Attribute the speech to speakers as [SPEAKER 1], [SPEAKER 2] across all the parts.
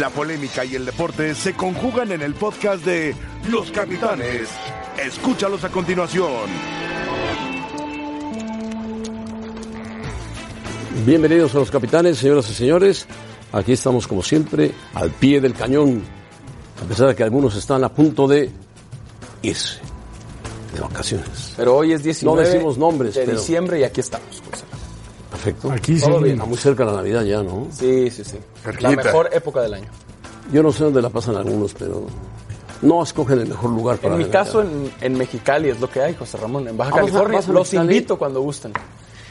[SPEAKER 1] La polémica y el deporte se conjugan en el podcast de Los Capitanes. Escúchalos a continuación.
[SPEAKER 2] Bienvenidos a Los Capitanes, señoras y señores. Aquí estamos como siempre al pie del cañón, a pesar de que algunos están a punto de irse de vacaciones.
[SPEAKER 3] Pero hoy es 19
[SPEAKER 2] No decimos nombres,
[SPEAKER 3] de
[SPEAKER 2] pero-
[SPEAKER 3] diciembre y aquí estamos. José.
[SPEAKER 2] Perfecto.
[SPEAKER 4] Aquí
[SPEAKER 3] Todo
[SPEAKER 4] sí.
[SPEAKER 3] bien.
[SPEAKER 2] Está muy cerca la Navidad ya, ¿no?
[SPEAKER 3] Sí, sí, sí.
[SPEAKER 1] Cerquita.
[SPEAKER 3] La mejor época del año.
[SPEAKER 2] Yo no sé dónde la pasan algunos, pero no escogen el mejor lugar para
[SPEAKER 3] En mi
[SPEAKER 2] la
[SPEAKER 3] caso,
[SPEAKER 2] Navidad.
[SPEAKER 3] en, en Mexicali es lo que hay, José Ramón. En Baja
[SPEAKER 2] Ah, vas a-
[SPEAKER 3] California,
[SPEAKER 2] vas a
[SPEAKER 3] los
[SPEAKER 2] Mexicali.
[SPEAKER 3] invito cuando gusten.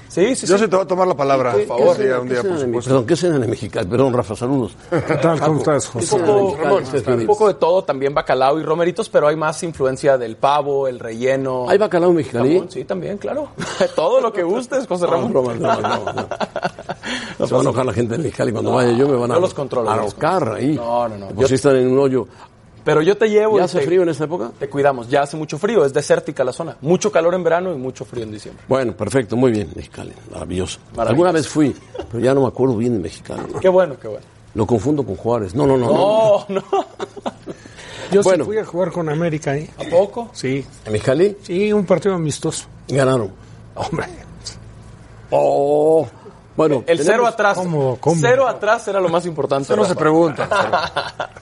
[SPEAKER 3] Sí, sí,
[SPEAKER 5] Yo
[SPEAKER 3] sí.
[SPEAKER 5] se te voy a tomar la palabra,
[SPEAKER 2] ¿Qué-
[SPEAKER 5] por
[SPEAKER 2] qué
[SPEAKER 5] favor.
[SPEAKER 2] cenan-
[SPEAKER 5] día, un
[SPEAKER 2] qué
[SPEAKER 5] día, por
[SPEAKER 2] cenan en-
[SPEAKER 5] supuesto.
[SPEAKER 2] Perdón, ¿qué cenan en Mexicali? Perdón, Rafa, saludos.
[SPEAKER 4] ¿Qué tal? ¿Cómo estás,
[SPEAKER 2] ¿Qué
[SPEAKER 4] José?
[SPEAKER 2] cenan en
[SPEAKER 3] poco-
[SPEAKER 2] Mexicali?
[SPEAKER 3] Ramón,
[SPEAKER 2] Ustedes
[SPEAKER 3] Un
[SPEAKER 2] tienen-
[SPEAKER 3] poco de todo, también bacalao y romeritos, pero hay más influencia del pavo, el relleno.
[SPEAKER 2] ¿Hay bacalao en Mexicali?
[SPEAKER 3] Jamón, Sí, también, claro. todo lo que gustes, José
[SPEAKER 2] No,
[SPEAKER 3] Ramón.
[SPEAKER 2] broma, no, no, no. Se va a enojar la gente de Mexicali cuando vaya yo, me van a
[SPEAKER 3] yo los controlo,
[SPEAKER 2] a
[SPEAKER 3] yo los controlo.
[SPEAKER 2] ahorcar ahí.
[SPEAKER 3] No, no, no.
[SPEAKER 2] Pues
[SPEAKER 3] Yo-
[SPEAKER 2] sí están en un hoyo.
[SPEAKER 3] Pero yo te llevo.
[SPEAKER 2] ¿Ya
[SPEAKER 3] y
[SPEAKER 2] hace
[SPEAKER 3] te-
[SPEAKER 2] frío en esta época?
[SPEAKER 3] Te cuidamos, ya hace mucho frío, es desértica la zona. Mucho calor en verano y mucho frío en diciembre.
[SPEAKER 2] Bueno, perfecto, muy bien, Mexicali, maravilloso.
[SPEAKER 3] Maravilloso.
[SPEAKER 2] Alguna vez fui, pero ya no me acuerdo bien de Mexicali.
[SPEAKER 3] Qué bueno, qué bueno.
[SPEAKER 2] Lo confundo con Juárez. No, no, no. no.
[SPEAKER 3] No, no.
[SPEAKER 4] Yo
[SPEAKER 2] Bueno.
[SPEAKER 4] sí fui a jugar con América, ¿eh?
[SPEAKER 3] ¿A poco?
[SPEAKER 4] Sí.
[SPEAKER 2] ¿En Mexicali?
[SPEAKER 4] Sí, un partido amistoso.
[SPEAKER 2] Ganaron.
[SPEAKER 4] Hombre.
[SPEAKER 2] Oh, bueno.
[SPEAKER 3] El
[SPEAKER 2] tenemos-
[SPEAKER 3] cero atrás.
[SPEAKER 4] ¿Cómo? ¿Cómo?
[SPEAKER 3] Cero atrás era lo más importante.
[SPEAKER 5] Eso no se
[SPEAKER 3] Rafa.
[SPEAKER 5] pregunta.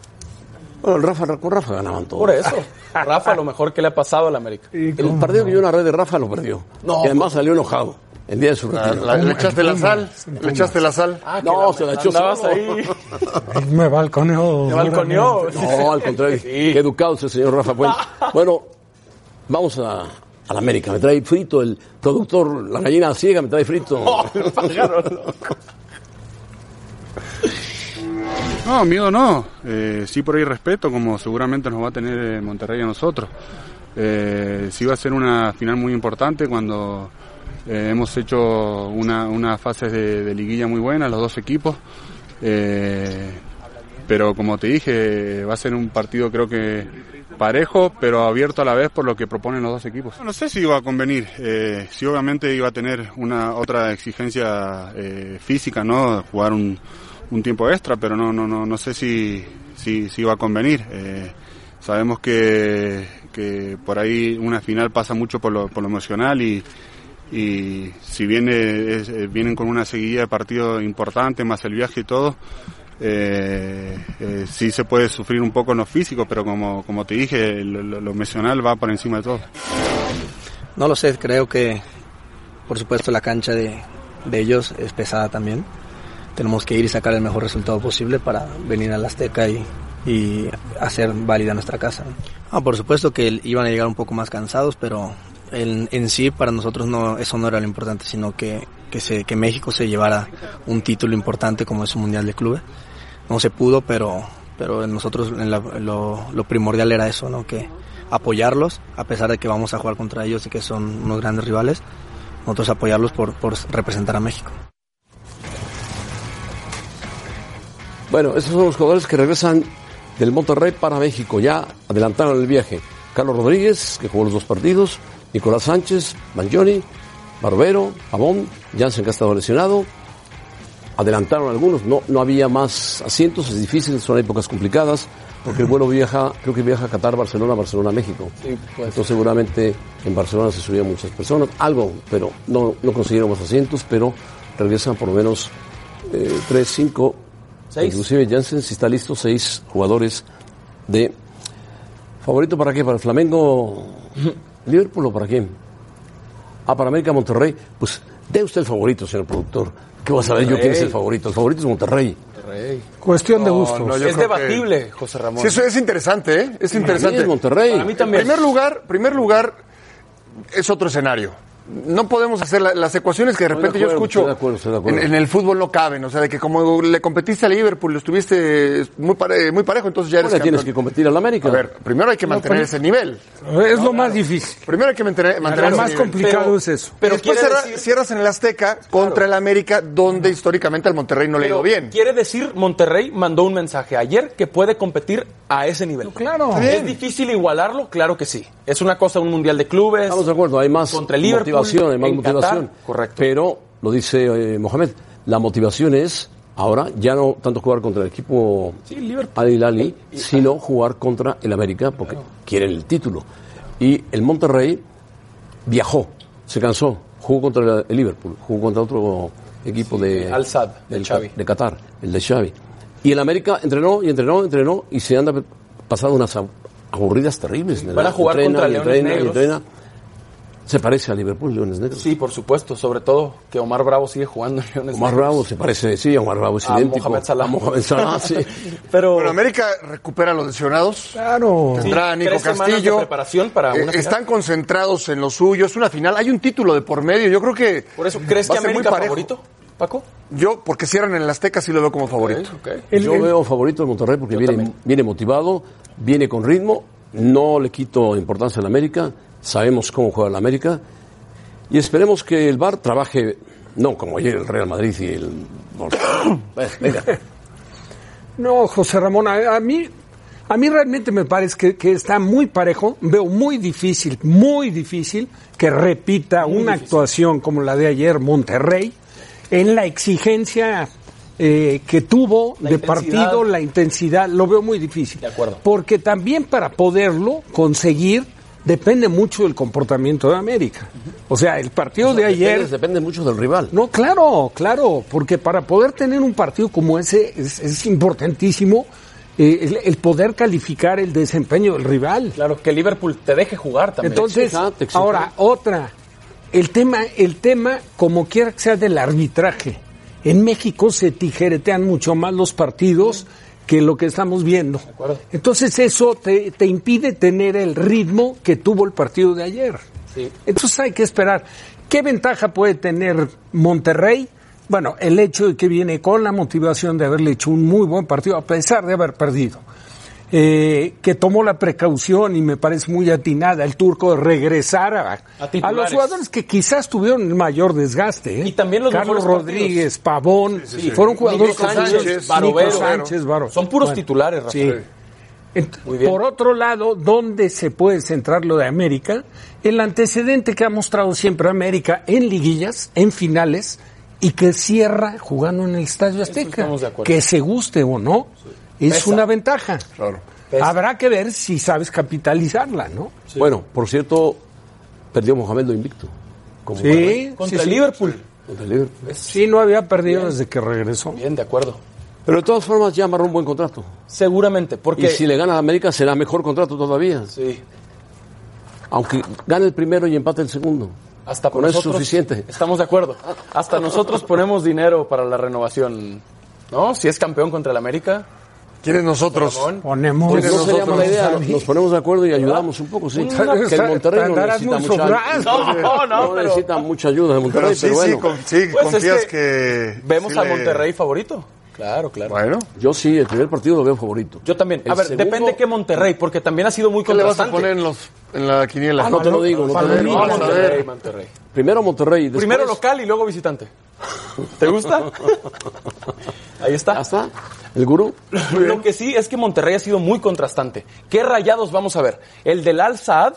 [SPEAKER 2] Bueno, el Rafa, con Rafa ganaban todos.
[SPEAKER 3] Por eso. Rafa, lo mejor que le ha pasado a la América.
[SPEAKER 2] El partido que yo narré de Rafa lo perdió.
[SPEAKER 3] No.
[SPEAKER 2] Y además salió enojado el día de su
[SPEAKER 5] La-
[SPEAKER 2] retiro.
[SPEAKER 5] la- le echaste la sal, le echaste la sal.
[SPEAKER 3] Ah, que
[SPEAKER 2] No, se la echó
[SPEAKER 3] andabas
[SPEAKER 2] solo.
[SPEAKER 3] ahí.
[SPEAKER 4] Él Oh, Me balconeó.
[SPEAKER 3] Te balconeó.
[SPEAKER 2] No, al contrario.
[SPEAKER 3] Sí.
[SPEAKER 2] Qué educado ese señor Rafa. Bueno, bueno, vamos a, a la América. Me trae frito el productor, la gallina ciega me trae frito.
[SPEAKER 3] El pájaro loco.
[SPEAKER 6] No, miedo no. Eh, sí por ahí respeto, como seguramente nos va a tener eh, Monterrey a nosotros. Eh, sí va a ser una final muy importante cuando eh, hemos hecho una, una fase de, de liguilla muy buena, los dos equipos. Eh, pero como te dije, va a ser un partido creo que parejo, pero abierto a la vez por lo que proponen los dos equipos. No sé si iba a convenir, eh, si obviamente iba a tener una otra exigencia eh, física, ¿no? Jugar un, un tiempo extra, pero no, no, no, no sé si, si, si iba a convenir. Eh, sabemos que, que por ahí una final pasa mucho por lo, por lo emocional y, y si bien eh, es- eh, vienen con una seguida de partidos importante, más el viaje y todo, eh, eh, sí se puede sufrir un poco en lo físico, pero como, como te dije, lo, lo- lo emocional va por encima de todo.
[SPEAKER 7] No lo sé, creo que por supuesto la cancha de, de ellos es pesada también. Tenemos que ir y sacar el mejor resultado posible para venir al Azteca y, y hacer válida nuestra casa. Ah, por supuesto que iban a llegar un poco más cansados, pero en, en sí para nosotros no eso no era lo importante, sino que, que, se, que México se llevara un título importante como es un Mundial de Clubes. No se pudo, pero, pero en nosotros en la- lo, lo primordial era eso, ¿no? que apoyarlos, a pesar de que vamos a jugar contra ellos y que son unos grandes rivales, nosotros apoyarlos por, por representar a México.
[SPEAKER 2] Bueno, esos son los jugadores que regresan del Monterrey para México. Ya adelantaron el viaje. Carlos Rodríguez, que jugó los dos partidos, Nicolás Sánchez, Mangioni, Barbero, Pavón, Jansen, que ha estado lesionado. Adelantaron algunos, no, no había más asientos, es difícil, son épocas complicadas, porque el vuelo viaja, creo que viaja a Qatar, Barcelona, Barcelona, México.
[SPEAKER 3] Sí, pues.
[SPEAKER 2] Entonces seguramente en Barcelona se subían muchas personas, algo, pero no, no consiguieron más asientos, pero regresan por lo menos eh, tres, cinco,
[SPEAKER 3] Seis.
[SPEAKER 2] inclusive Janssen, si está listo, seis jugadores de... ¿Favorito para qué? ¿Para el Flamengo? ¿Liverpool o para quién? Ah, para América Monterrey. Pues dé usted el favorito, señor productor. ¿Qué va a saber yo quién es el favorito? El favorito es Monterrey.
[SPEAKER 4] Cuestión de gustos.
[SPEAKER 5] No, yo
[SPEAKER 3] Es
[SPEAKER 5] creo que-
[SPEAKER 3] debatible, José Ramón.
[SPEAKER 5] Sí, eso es interesante, ¿eh? Es
[SPEAKER 2] Para mí
[SPEAKER 5] interesante.
[SPEAKER 2] es Monterrey.
[SPEAKER 3] Para mí
[SPEAKER 5] En
[SPEAKER 3] también.
[SPEAKER 5] primer lugar, primer lugar es otro escenario. No podemos hacer la- las ecuaciones que de
[SPEAKER 2] Estoy de
[SPEAKER 5] repente
[SPEAKER 2] acuerdo,
[SPEAKER 5] yo escucho
[SPEAKER 2] estoy de acuerdo, estoy de acuerdo.
[SPEAKER 5] En, en el fútbol no caben, o sea, de que como le competiste a Liverpool, lo estuviste muy, pare- muy parejo, entonces ya eres
[SPEAKER 2] Ahora le tienes que
[SPEAKER 5] campeón.
[SPEAKER 2] competir al América.
[SPEAKER 5] A ver, primero hay que mantener ese nivel.
[SPEAKER 4] Es lo más difícil.
[SPEAKER 5] Primero hay que mantener, mantener
[SPEAKER 4] Lo
[SPEAKER 5] ese
[SPEAKER 4] más
[SPEAKER 5] nivel.
[SPEAKER 4] complicado
[SPEAKER 3] Pero-
[SPEAKER 4] es eso.
[SPEAKER 3] Pero
[SPEAKER 5] Después
[SPEAKER 3] quiere
[SPEAKER 5] cierra-
[SPEAKER 3] decir-
[SPEAKER 5] cierras en el Azteca contra el América, donde históricamente al Monterrey no le ha ido bien.
[SPEAKER 3] Quiere decir, Monterrey mandó un mensaje ayer que puede competir a ese nivel.
[SPEAKER 4] claro.
[SPEAKER 3] ¿Es difícil igualarlo? Claro que sí. Es una cosa, un mundial de clubes.
[SPEAKER 2] Estamos de acuerdo, hay más
[SPEAKER 3] Contra el Liverpool,
[SPEAKER 2] motivación, hay más
[SPEAKER 3] en
[SPEAKER 2] motivación.
[SPEAKER 3] Qatar, correcto.
[SPEAKER 2] Pero, lo dice eh, Mohamed, la motivación es Ahora ya no tanto jugar contra el equipo Al
[SPEAKER 3] Eh,
[SPEAKER 2] Hilali,
[SPEAKER 3] ah.
[SPEAKER 2] sino jugar contra el América porque quieren el título. Y el Monterrey viajó, se cansó, jugó contra el Liverpool, jugó contra otro equipo de
[SPEAKER 3] Al Sadd, de
[SPEAKER 2] del Ca-
[SPEAKER 3] Xavi.
[SPEAKER 2] de Qatar, el de Xavi. Y el América entrenó y entrenó, entrenó y se anda pasando unas ab- aburridas terribles. ¿verdad?
[SPEAKER 3] Van a jugar
[SPEAKER 2] Entrena
[SPEAKER 3] contra
[SPEAKER 2] y
[SPEAKER 3] Leones
[SPEAKER 2] entrena y
[SPEAKER 3] Negros.
[SPEAKER 2] entrena. Se parece a Liverpool, Leones Negros.
[SPEAKER 3] Sí, por supuesto, sobre todo que Omar Bravo sigue jugando en Leones.
[SPEAKER 2] Omar
[SPEAKER 3] Negros.
[SPEAKER 2] Bravo se parece, sí, Omar Bravo es
[SPEAKER 3] A
[SPEAKER 2] idéntico.
[SPEAKER 3] Mohamed Salah.
[SPEAKER 2] A Mohamed Salah, sí.
[SPEAKER 3] Pero,
[SPEAKER 5] Pero América recupera a los lesionados.
[SPEAKER 4] Claro.
[SPEAKER 5] Tendrá a
[SPEAKER 3] Sí,
[SPEAKER 5] Nico
[SPEAKER 3] tres semanas
[SPEAKER 5] Castillo. Eh,
[SPEAKER 3] de preparación para una final.
[SPEAKER 5] Están concentrados en lo suyo. Es una final. Hay un título de por medio. Yo creo que.
[SPEAKER 3] por eso, ¿crees
[SPEAKER 5] va
[SPEAKER 3] que
[SPEAKER 5] a ser muy
[SPEAKER 3] América
[SPEAKER 5] parejo.
[SPEAKER 3] favorito, Paco?
[SPEAKER 5] Yo, porque cierran en el Azteca, sí lo veo como favorito.
[SPEAKER 2] Yo veo favorito al Monterrey porque viene, viene motivado, viene con ritmo, no le quito importancia al América, sabemos cómo juega el América y esperemos que el VAR trabaje, no como ayer el Real Madrid y el... Eh, Venga,
[SPEAKER 4] No, José Ramón, a, a mí, a mí realmente me parece que, que está muy parejo. Veo muy difícil, muy difícil que repita una actuación como la de ayer Monterrey en la exigencia eh, que tuvo
[SPEAKER 3] La
[SPEAKER 4] de
[SPEAKER 3] intensidad.
[SPEAKER 4] partido, la intensidad. Lo veo muy difícil.
[SPEAKER 3] De acuerdo.
[SPEAKER 4] Porque también para poderlo conseguir depende mucho del comportamiento de América. O sea, el partido de ayer
[SPEAKER 2] Depende, depende mucho del rival.
[SPEAKER 4] no, claro, claro, porque para poder tener un partido como ese es, es importantísimo eh, el, el poder calificar el desempeño del rival.
[SPEAKER 3] Claro, que Liverpool te deje jugar también.
[SPEAKER 4] Entonces,
[SPEAKER 2] exija, te exija.
[SPEAKER 4] ahora otra, el tema, el tema como quiera que sea del arbitraje. En México se tijeretean mucho más los partidos que lo que estamos viendo.
[SPEAKER 3] acuerdo.
[SPEAKER 4] Entonces eso te, te impide tener el ritmo que tuvo el partido de ayer.
[SPEAKER 3] Sí.
[SPEAKER 4] Entonces hay que esperar. ¿Qué ventaja puede tener Monterrey? Bueno, el hecho de que viene con la motivación de haberle hecho un muy buen partido, a pesar de haber perdido. Eh, que tomó la precaución y me parece muy atinada el turco de regresar a, a
[SPEAKER 3] titulares.
[SPEAKER 4] los jugadores que quizás tuvieron el mayor desgaste. ¿eh?
[SPEAKER 3] Y también los
[SPEAKER 4] Carlos
[SPEAKER 3] mejores partidos.
[SPEAKER 4] Rodríguez, Pavón, fueron jugadores
[SPEAKER 5] Nico
[SPEAKER 4] como-
[SPEAKER 5] Sánchez,
[SPEAKER 4] Nico
[SPEAKER 3] Barovero.
[SPEAKER 4] Sánchez, Baro-
[SPEAKER 3] Son puros
[SPEAKER 4] Bueno,
[SPEAKER 3] titulares,
[SPEAKER 4] sí.
[SPEAKER 3] Rafael.
[SPEAKER 4] Ent-
[SPEAKER 3] Muy bien.
[SPEAKER 4] Por otro lado, ¿dónde se puede centrar lo de América? El antecedente que ha mostrado siempre América en liguillas, en finales, y que cierra jugando en el Estadio Azteca.
[SPEAKER 3] estamos de acuerdo.
[SPEAKER 4] Que se guste o no, es
[SPEAKER 3] Pesa.
[SPEAKER 4] una ventaja.
[SPEAKER 5] Claro.
[SPEAKER 3] Pesa.
[SPEAKER 4] Habrá que ver si sabes capitalizarla, ¿no?
[SPEAKER 2] Bueno, por cierto, perdió Mohamed lo invicto. Como
[SPEAKER 4] Sí, sí,
[SPEAKER 3] Contra el
[SPEAKER 4] sí.
[SPEAKER 3] Liverpool.
[SPEAKER 2] contra el Liverpool.
[SPEAKER 4] Sí, no había perdido desde que regresó.
[SPEAKER 3] Bien, de acuerdo.
[SPEAKER 2] Pero de todas formas ya amarró un buen contrato.
[SPEAKER 3] Seguramente, porque...
[SPEAKER 2] Y si le gana a América será mejor contrato todavía.
[SPEAKER 3] Sí.
[SPEAKER 2] Aunque gane el primero y empate el segundo.
[SPEAKER 3] Hasta
[SPEAKER 2] Con eso es
[SPEAKER 3] nosotros
[SPEAKER 2] suficiente.
[SPEAKER 3] Estamos de acuerdo. Hasta nosotros ponemos dinero para la renovación. ¿No? Si es campeón contra el América.
[SPEAKER 5] ¿Quiénes nosotros?
[SPEAKER 3] Ramón.
[SPEAKER 4] Ponemos Mm,
[SPEAKER 2] Pues no sería
[SPEAKER 5] nosotros,
[SPEAKER 2] mala idea, nos, nos ponemos de acuerdo y ayudamos un
[SPEAKER 3] Pues
[SPEAKER 2] poco, sí. Que el Monterrey no
[SPEAKER 4] Andarás
[SPEAKER 2] necesita
[SPEAKER 4] muy
[SPEAKER 2] mucha
[SPEAKER 3] No,
[SPEAKER 4] sobrado.
[SPEAKER 3] no,
[SPEAKER 2] no
[SPEAKER 3] pero
[SPEAKER 2] necesita mucha ayuda de
[SPEAKER 5] Pero
[SPEAKER 2] Monterrey,
[SPEAKER 5] sí,
[SPEAKER 2] pero
[SPEAKER 5] sí,
[SPEAKER 2] bueno,
[SPEAKER 5] con- sí,
[SPEAKER 3] Pues es
[SPEAKER 5] confías
[SPEAKER 3] que
[SPEAKER 5] que,
[SPEAKER 3] vemos
[SPEAKER 5] sí
[SPEAKER 3] a
[SPEAKER 5] le-
[SPEAKER 3] Monterrey favorito. Claro, claro.
[SPEAKER 5] Bueno,
[SPEAKER 2] yo sí, el primer partido lo veo favorito.
[SPEAKER 3] Yo también. A
[SPEAKER 2] El
[SPEAKER 3] ver,
[SPEAKER 2] segundo-
[SPEAKER 3] depende de qué Monterrey, porque también ha sido muy
[SPEAKER 5] ¿qué le vas
[SPEAKER 3] contrastante.
[SPEAKER 5] a poner en, los, en la quiniela?
[SPEAKER 2] Ah, no te lo digo, no te lo
[SPEAKER 3] Ah,
[SPEAKER 2] digo.
[SPEAKER 5] Vamos a
[SPEAKER 3] Monterrey,
[SPEAKER 5] ver.
[SPEAKER 3] Monterrey.
[SPEAKER 2] Primero Monterrey, después,
[SPEAKER 3] Primero local y luego visitante. ¿Te gusta? Ahí está.
[SPEAKER 2] hasta el gurú.
[SPEAKER 3] Lo que sí es que Monterrey ha sido muy contrastante. ¿Qué rayados vamos a ver? ¿El del Al Saad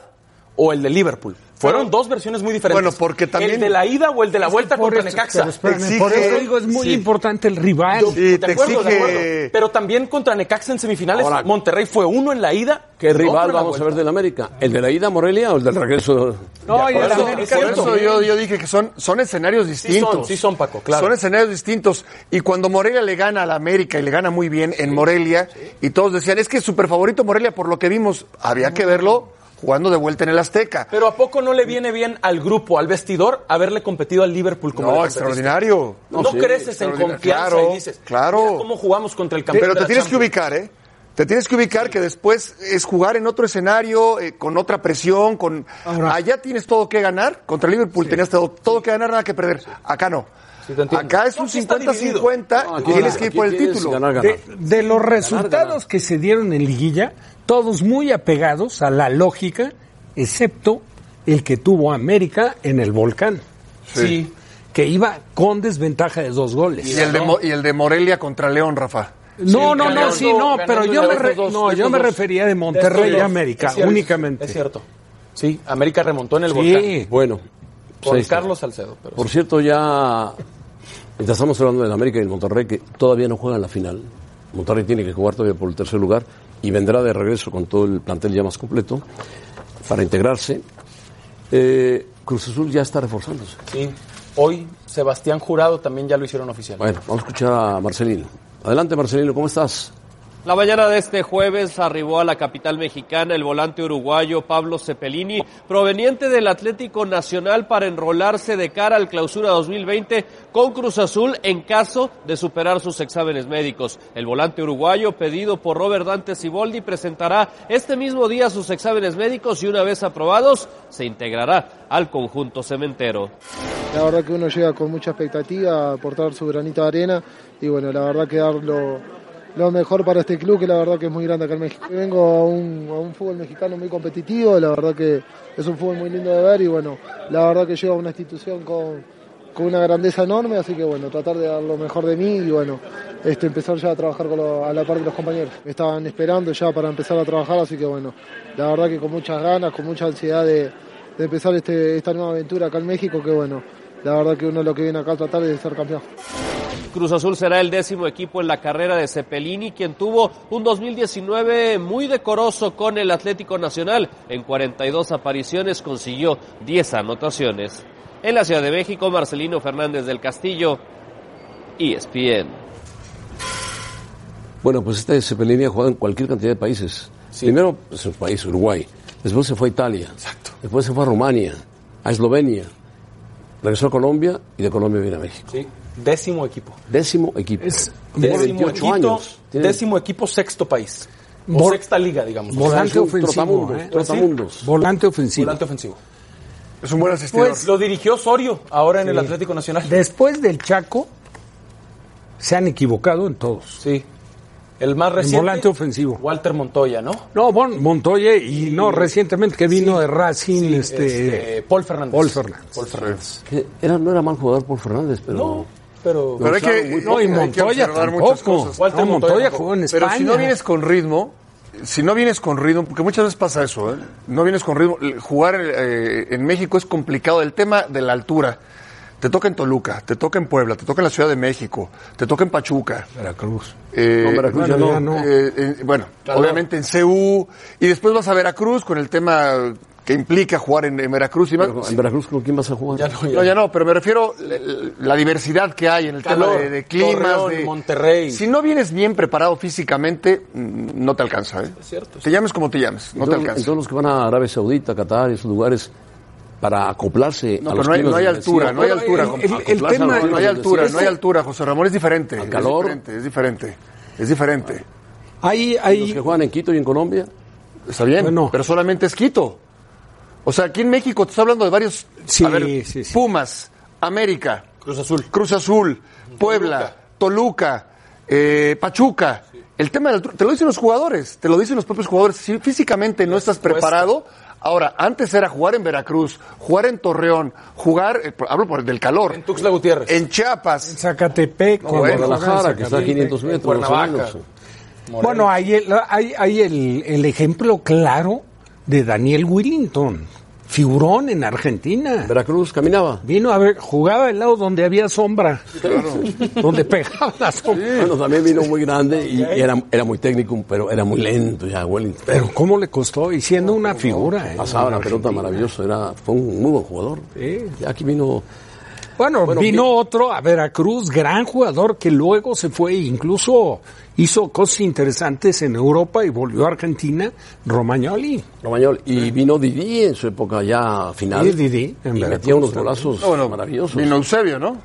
[SPEAKER 3] o el de Liverpool? Fueron dos versiones muy diferentes.
[SPEAKER 5] Bueno, porque también-
[SPEAKER 3] ¿El de la ida o el de la vuelta
[SPEAKER 4] Por
[SPEAKER 3] contra
[SPEAKER 4] eso-
[SPEAKER 3] Necaxa?
[SPEAKER 4] pero espérame,
[SPEAKER 5] Exige-
[SPEAKER 4] Por eso digo, es muy
[SPEAKER 3] Sí.
[SPEAKER 4] importante el rival.
[SPEAKER 5] Sí,
[SPEAKER 3] de
[SPEAKER 5] te
[SPEAKER 3] acuerdo, de acuerdo.
[SPEAKER 5] exige.
[SPEAKER 3] Pero también contra Necaxa en semifinales,
[SPEAKER 2] Ahora-
[SPEAKER 3] Monterrey fue uno en la ida.
[SPEAKER 2] ¿Qué
[SPEAKER 3] otro en
[SPEAKER 2] rival
[SPEAKER 3] la
[SPEAKER 2] vamos a
[SPEAKER 3] vuelta.
[SPEAKER 2] ver del América? ¿El de la ida a Morelia o el del regreso?
[SPEAKER 4] No, y
[SPEAKER 3] Por
[SPEAKER 4] el
[SPEAKER 3] eso-
[SPEAKER 4] América
[SPEAKER 5] Por
[SPEAKER 3] es cierto.
[SPEAKER 5] eso yo, yo dije que son, son escenarios distintos.
[SPEAKER 3] sí son, Paco, claro.
[SPEAKER 5] Son escenarios distintos. Y cuando Morelia le gana a la América y le gana muy bien en Morelia, y todos decían, es que es súper favorito Morelia por lo que vimos. Había que verlo jugando de vuelta en el Azteca.
[SPEAKER 3] Pero ¿a poco no le viene bien al grupo, al vestidor, haberle competido al Liverpool como
[SPEAKER 5] No,
[SPEAKER 3] le competiste?
[SPEAKER 5] extraordinario.
[SPEAKER 3] No,
[SPEAKER 2] No, sí,
[SPEAKER 3] creces en
[SPEAKER 5] extraordinario.
[SPEAKER 3] confianza
[SPEAKER 5] Claro,
[SPEAKER 3] y dices,
[SPEAKER 5] claro.
[SPEAKER 3] "Mira ¿cómo jugamos contra el campeón? de
[SPEAKER 5] Pero te
[SPEAKER 3] la
[SPEAKER 5] tienes que
[SPEAKER 3] Champions".
[SPEAKER 5] ubicar, ¿eh? Te tienes que ubicar que después es jugar en otro escenario, eh, con otra presión, con...
[SPEAKER 4] Ahora-
[SPEAKER 5] Allá tienes todo que ganar. Contra Liverpool tenías todo, todo que ganar, nada que perder. Acá no.
[SPEAKER 3] te entiendo.
[SPEAKER 5] Acá es
[SPEAKER 3] No,
[SPEAKER 5] un
[SPEAKER 3] sí está dividido.
[SPEAKER 5] 50-50
[SPEAKER 2] No,
[SPEAKER 5] y
[SPEAKER 2] aquí
[SPEAKER 5] tienes
[SPEAKER 2] no,
[SPEAKER 5] que ir
[SPEAKER 2] aquí
[SPEAKER 5] por el
[SPEAKER 2] tienes
[SPEAKER 5] título.
[SPEAKER 2] Ganar, ganar.
[SPEAKER 4] de, de los resultados que se dieron en liguilla, todos muy apegados a la lógica, excepto el que tuvo América en el volcán.
[SPEAKER 3] Sí.
[SPEAKER 4] Que iba con desventaja de dos goles.
[SPEAKER 5] Y el, de, Mo- y el de Morelia contra León, Rafa.
[SPEAKER 4] No, no, no,
[SPEAKER 3] ganando-
[SPEAKER 4] sí, no,
[SPEAKER 3] ganando
[SPEAKER 4] pero yo
[SPEAKER 3] de
[SPEAKER 4] me,
[SPEAKER 3] estos
[SPEAKER 4] re-
[SPEAKER 3] dos, este
[SPEAKER 4] no,
[SPEAKER 3] de
[SPEAKER 4] yo
[SPEAKER 3] estos
[SPEAKER 4] me
[SPEAKER 3] dos.
[SPEAKER 4] refería de
[SPEAKER 3] Estos
[SPEAKER 4] Monterrey
[SPEAKER 3] dos.
[SPEAKER 4] a América,
[SPEAKER 3] Es cierto,
[SPEAKER 4] únicamente.
[SPEAKER 3] Es cierto. Sí, América remontó en el
[SPEAKER 4] Sí.
[SPEAKER 3] volcán.
[SPEAKER 2] Bueno, pues
[SPEAKER 3] Por
[SPEAKER 2] ahí está.
[SPEAKER 3] Carlos Salcedo. Pero...
[SPEAKER 2] Por cierto, ya Mientras estamos hablando del América y el Monterrey, que todavía no juegan la final. Monterrey tiene que jugar todavía por el tercer lugar y vendrá de regreso con todo el plantel ya más completo para integrarse. Eh, Cruz Azul ya está reforzándose.
[SPEAKER 3] Sí. Hoy Sebastián Jurado también ya lo hicieron oficial.
[SPEAKER 2] Bueno, vamos a escuchar a Marcelino. Adelante, Marcelino, ¿cómo estás?
[SPEAKER 8] La mañana de este jueves arribó a la capital mexicana el volante uruguayo Pablo Cepelini, proveniente del Atlético Nacional para enrolarse de cara al clausura 2020 con Cruz Azul en caso de superar sus exámenes médicos. El volante uruguayo, pedido por Robert Dante Siboldi, presentará este mismo día sus exámenes médicos y una vez aprobados se integrará al conjunto cementero.
[SPEAKER 9] La verdad que uno llega con mucha expectativa a aportar su granito de arena y bueno, la verdad que darlo lo mejor para este club, que la verdad que es muy grande acá en México. Vengo a un, a un fútbol mexicano muy competitivo, la verdad que es un fútbol muy lindo de ver y bueno, la verdad que llego a una institución con, con una grandeza enorme, así que bueno, tratar de dar lo mejor de mí y bueno, este, empezar ya a trabajar con lo- a la par de los compañeros. Me estaban esperando ya para empezar a trabajar, así que bueno, la verdad que con muchas ganas, con mucha ansiedad de, de empezar este, esta nueva aventura acá en México, que bueno, la verdad que uno lo que viene acá a tratar es de ser campeón.
[SPEAKER 8] Cruz Azul será el décimo equipo en la carrera de Cepelini, quien tuvo un 2019 muy decoroso con el Atlético Nacional. En 42 apariciones consiguió 10 anotaciones. En la Ciudad de México, Marcelino Fernández del Castillo, E ESPN.
[SPEAKER 2] Bueno, pues este Cepelini ha jugado en cualquier cantidad de países. Primero pues, su país, Uruguay. Después se fue a Italia. Exacto. Después se fue a Rumania, a Eslovenia. Regresó a Colombia y de Colombia viene a México.
[SPEAKER 3] Sí. Décimo equipo.
[SPEAKER 2] Décimo equipo. Tiene
[SPEAKER 3] Décimo
[SPEAKER 2] 28
[SPEAKER 3] equipo,
[SPEAKER 2] años. Tiene-
[SPEAKER 3] décimo equipo, sexto país. O
[SPEAKER 4] Vol-
[SPEAKER 3] sexta liga, digamos.
[SPEAKER 4] Volante
[SPEAKER 2] Azul,
[SPEAKER 4] ofensivo.
[SPEAKER 2] trotamundos,
[SPEAKER 4] ¿eh?
[SPEAKER 2] trotamundos.
[SPEAKER 4] Volante ofensivo.
[SPEAKER 3] Volante ofensivo.
[SPEAKER 5] Es un buen
[SPEAKER 4] Pues,
[SPEAKER 5] asistidor.
[SPEAKER 3] Este, Lo dirigió Osorio, ahora en el Atlético Nacional.
[SPEAKER 4] Después del Chaco, se han equivocado en todos.
[SPEAKER 3] Sí. El más reciente.
[SPEAKER 4] volante ofensivo.
[SPEAKER 3] Walter Montoya, ¿no?
[SPEAKER 4] No, Bon- Montoya y no, recientemente que vino de Racing, este,
[SPEAKER 3] Este, Paul Fernández.
[SPEAKER 4] Paul Fernández.
[SPEAKER 3] Paul Fernández.
[SPEAKER 2] Que era, no era mal jugador por Fernández, pero...
[SPEAKER 3] No, pero.
[SPEAKER 5] Pero hay que,
[SPEAKER 4] No, y
[SPEAKER 5] hay que
[SPEAKER 4] Montoya
[SPEAKER 5] observar
[SPEAKER 4] tampoco.
[SPEAKER 5] muchas cosas.
[SPEAKER 4] No,
[SPEAKER 3] Walter
[SPEAKER 4] Montoya,
[SPEAKER 3] Montoya
[SPEAKER 4] jugó en España.
[SPEAKER 5] Pero si no vienes con ritmo, si no vienes con ritmo, porque muchas veces pasa eso, ¿eh? no vienes con ritmo, l- jugar eh, en México es complicado, el tema de la altura. Te toca en Toluca, te toca en Puebla, te toca en la Ciudad de México, te toca en Pachuca.
[SPEAKER 4] Veracruz.
[SPEAKER 5] eh,
[SPEAKER 2] No, Veracruz
[SPEAKER 4] ya
[SPEAKER 5] bueno,
[SPEAKER 4] no.
[SPEAKER 5] eh, eh, bueno, obviamente en CU, y después vas a Veracruz con el tema que implica jugar en, en Veracruz. Y más.
[SPEAKER 2] Pero en Veracruz, ¿con quién vas a jugar?
[SPEAKER 3] Ya no, ya
[SPEAKER 5] No, ya no, pero me refiero la, la diversidad que hay en el
[SPEAKER 3] Calor,
[SPEAKER 5] tema de, de climas.
[SPEAKER 3] Torreón,
[SPEAKER 5] de-
[SPEAKER 3] Monterrey.
[SPEAKER 5] Si no vienes bien preparado físicamente, mm, no te alcanza. ¿eh? Te llames como te llames, no te
[SPEAKER 2] Entonces-
[SPEAKER 5] alcanza.
[SPEAKER 2] Entonces los que van a Arabia Saudita, Qatar, esos lugares, para acoplarse
[SPEAKER 5] No,
[SPEAKER 2] a
[SPEAKER 5] pero
[SPEAKER 2] los
[SPEAKER 5] no hay,
[SPEAKER 2] climas
[SPEAKER 5] no hay
[SPEAKER 2] del
[SPEAKER 5] altura,
[SPEAKER 2] desierto.
[SPEAKER 5] no hay altura.
[SPEAKER 4] el-
[SPEAKER 5] Juan-
[SPEAKER 4] el- el
[SPEAKER 5] acoplarse a
[SPEAKER 4] tema-
[SPEAKER 5] los climas No hay
[SPEAKER 2] del
[SPEAKER 5] altura, no hay
[SPEAKER 2] desierto.
[SPEAKER 5] altura, José Ramón, es diferente. es
[SPEAKER 2] calor.
[SPEAKER 5] diferente, Es diferente, es diferente.
[SPEAKER 4] Ahí,
[SPEAKER 2] Los que
[SPEAKER 4] ahí,
[SPEAKER 2] juegan en Quito y en Colombia,
[SPEAKER 5] Está bien,
[SPEAKER 4] Bueno.
[SPEAKER 5] pero solamente es Quito. O sea, aquí en México te está hablando de varios...
[SPEAKER 4] Sí,
[SPEAKER 5] a ver,
[SPEAKER 4] sí, sí.
[SPEAKER 5] Pumas, América,
[SPEAKER 3] Cruz Azul.
[SPEAKER 5] Cruz Azul, Puebla, Toluca, eh, Pachuca. El tema de la altura, te lo dicen los jugadores, te lo dicen los propios jugadores. Si físicamente no estás preparado, ahora, antes era jugar en Veracruz, jugar en Torreón, jugar, eh, hablo por, del calor,
[SPEAKER 3] En Tuxtla Gutiérrez.
[SPEAKER 5] en Chiapas.
[SPEAKER 4] Zacatepec,
[SPEAKER 5] No, bueno,
[SPEAKER 2] Guadalajara, que está a 500 metros. más o
[SPEAKER 3] Cuernavaca.
[SPEAKER 2] menos.
[SPEAKER 4] Bueno, hay el, hay, hay el, el ejemplo claro de Daniel Willington, figurón en Argentina.
[SPEAKER 2] Veracruz caminaba.
[SPEAKER 4] Vino a ver, jugaba el lado donde había sombra, donde pegaba la sombra.
[SPEAKER 2] Bueno, también vino muy grande y, y era, era muy técnico, pero era muy lento ya, Wellington.
[SPEAKER 4] Pero cómo le costó, y siendo una figura. ¿eh?
[SPEAKER 2] Pasaba la pelota maravilloso, era, fue un muy buen jugador.
[SPEAKER 4] Sí.
[SPEAKER 2] Y Aquí vino
[SPEAKER 4] Bueno,
[SPEAKER 2] Bueno,
[SPEAKER 4] vino
[SPEAKER 2] vi-
[SPEAKER 4] otro a Veracruz, gran jugador que luego se fue e incluso hizo cosas interesantes en Europa y volvió a Argentina, Romagnoli. Eh.
[SPEAKER 2] Romagnol y vino Didi en su época ya final.
[SPEAKER 4] Sí, Didi, en
[SPEAKER 2] y
[SPEAKER 4] Veracruz
[SPEAKER 2] metía unos
[SPEAKER 4] también.
[SPEAKER 2] golazos
[SPEAKER 5] No, Ah, bueno,
[SPEAKER 2] maravillosos.
[SPEAKER 5] Vino Eusebio, ¿no?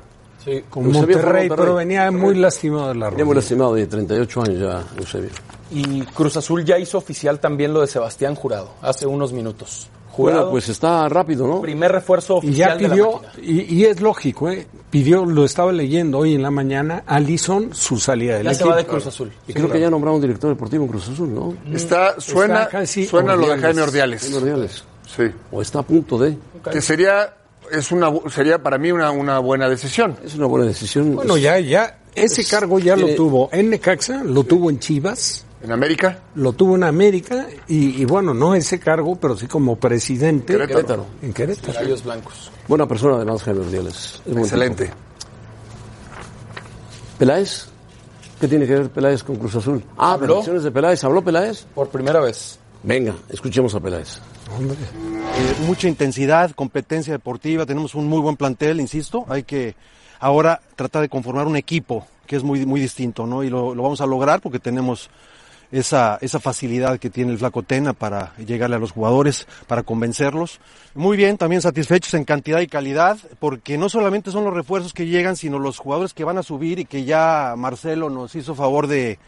[SPEAKER 4] Con
[SPEAKER 2] Eusebio fue a
[SPEAKER 4] Monterrey,
[SPEAKER 2] Monterrey.
[SPEAKER 4] pero venía muy lastimado de la
[SPEAKER 2] Ya muy
[SPEAKER 4] rodilla.
[SPEAKER 2] lastimado de 38 años ya, Eusebio.
[SPEAKER 3] Y Cruz Azul ya hizo oficial también lo de Sebastián Jurado hace unos minutos. Jurado,
[SPEAKER 2] Bueno, pues está rápido, ¿no?
[SPEAKER 3] primer refuerzo
[SPEAKER 4] Y
[SPEAKER 3] oficial
[SPEAKER 4] ya
[SPEAKER 3] de la
[SPEAKER 4] pidió,
[SPEAKER 3] máquina.
[SPEAKER 4] y, y es lógico, ¿eh? pidió, lo estaba leyendo hoy en la mañana, Alison su salida del
[SPEAKER 3] Ya se
[SPEAKER 4] equipo.
[SPEAKER 3] va de Cruz Azul.
[SPEAKER 2] Y creo que ya nombraron director deportivo en Cruz Azul, ¿no?
[SPEAKER 4] Mm,
[SPEAKER 5] Está, suena,
[SPEAKER 4] casi
[SPEAKER 5] suena lo de
[SPEAKER 4] Ordiales.
[SPEAKER 5] Jaime Ordiales.
[SPEAKER 2] Jaime Ordiales.
[SPEAKER 5] Sí.
[SPEAKER 2] O está a punto de.
[SPEAKER 5] Que sería, es una, bu- sería para mí una, una buena decisión.
[SPEAKER 2] Es una buena decisión.
[SPEAKER 4] Bueno,
[SPEAKER 2] Es-
[SPEAKER 4] ya, ya, ese cargo ya lo
[SPEAKER 2] tiene-
[SPEAKER 4] tuvo en Necaxa, lo tuvo en Chivas,
[SPEAKER 5] En América,
[SPEAKER 4] lo tuvo en América, y, y bueno, no ese cargo, pero sí como presidente
[SPEAKER 5] Querétaro.
[SPEAKER 4] en Querétaro.
[SPEAKER 3] Gallos Blancos.
[SPEAKER 2] Buena persona además, Jaime Ordiales. Es buen
[SPEAKER 5] Excelente.
[SPEAKER 2] tipo. Peláez. ¿Qué tiene que ver Peláez con Cruz Azul? Ah,
[SPEAKER 3] ¿Habló?
[SPEAKER 2] predicciones de Peláez. ¿Habló Peláez?
[SPEAKER 3] Por primera vez.
[SPEAKER 2] Venga, escuchemos a Peláez.
[SPEAKER 10] eh, mucha intensidad, competencia deportiva, tenemos un muy buen plantel, insisto, hay que ahora tratar de conformar un equipo que es muy, muy distinto, ¿no? Y lo, lo vamos a lograr porque tenemos esa, esa facilidad que tiene el Flaco Tena para llegarle a los jugadores, para convencerlos. Muy bien, también satisfechos en cantidad y calidad, porque no solamente son los refuerzos que llegan, sino los jugadores que van a subir y que ya Marcelo nos hizo favor de,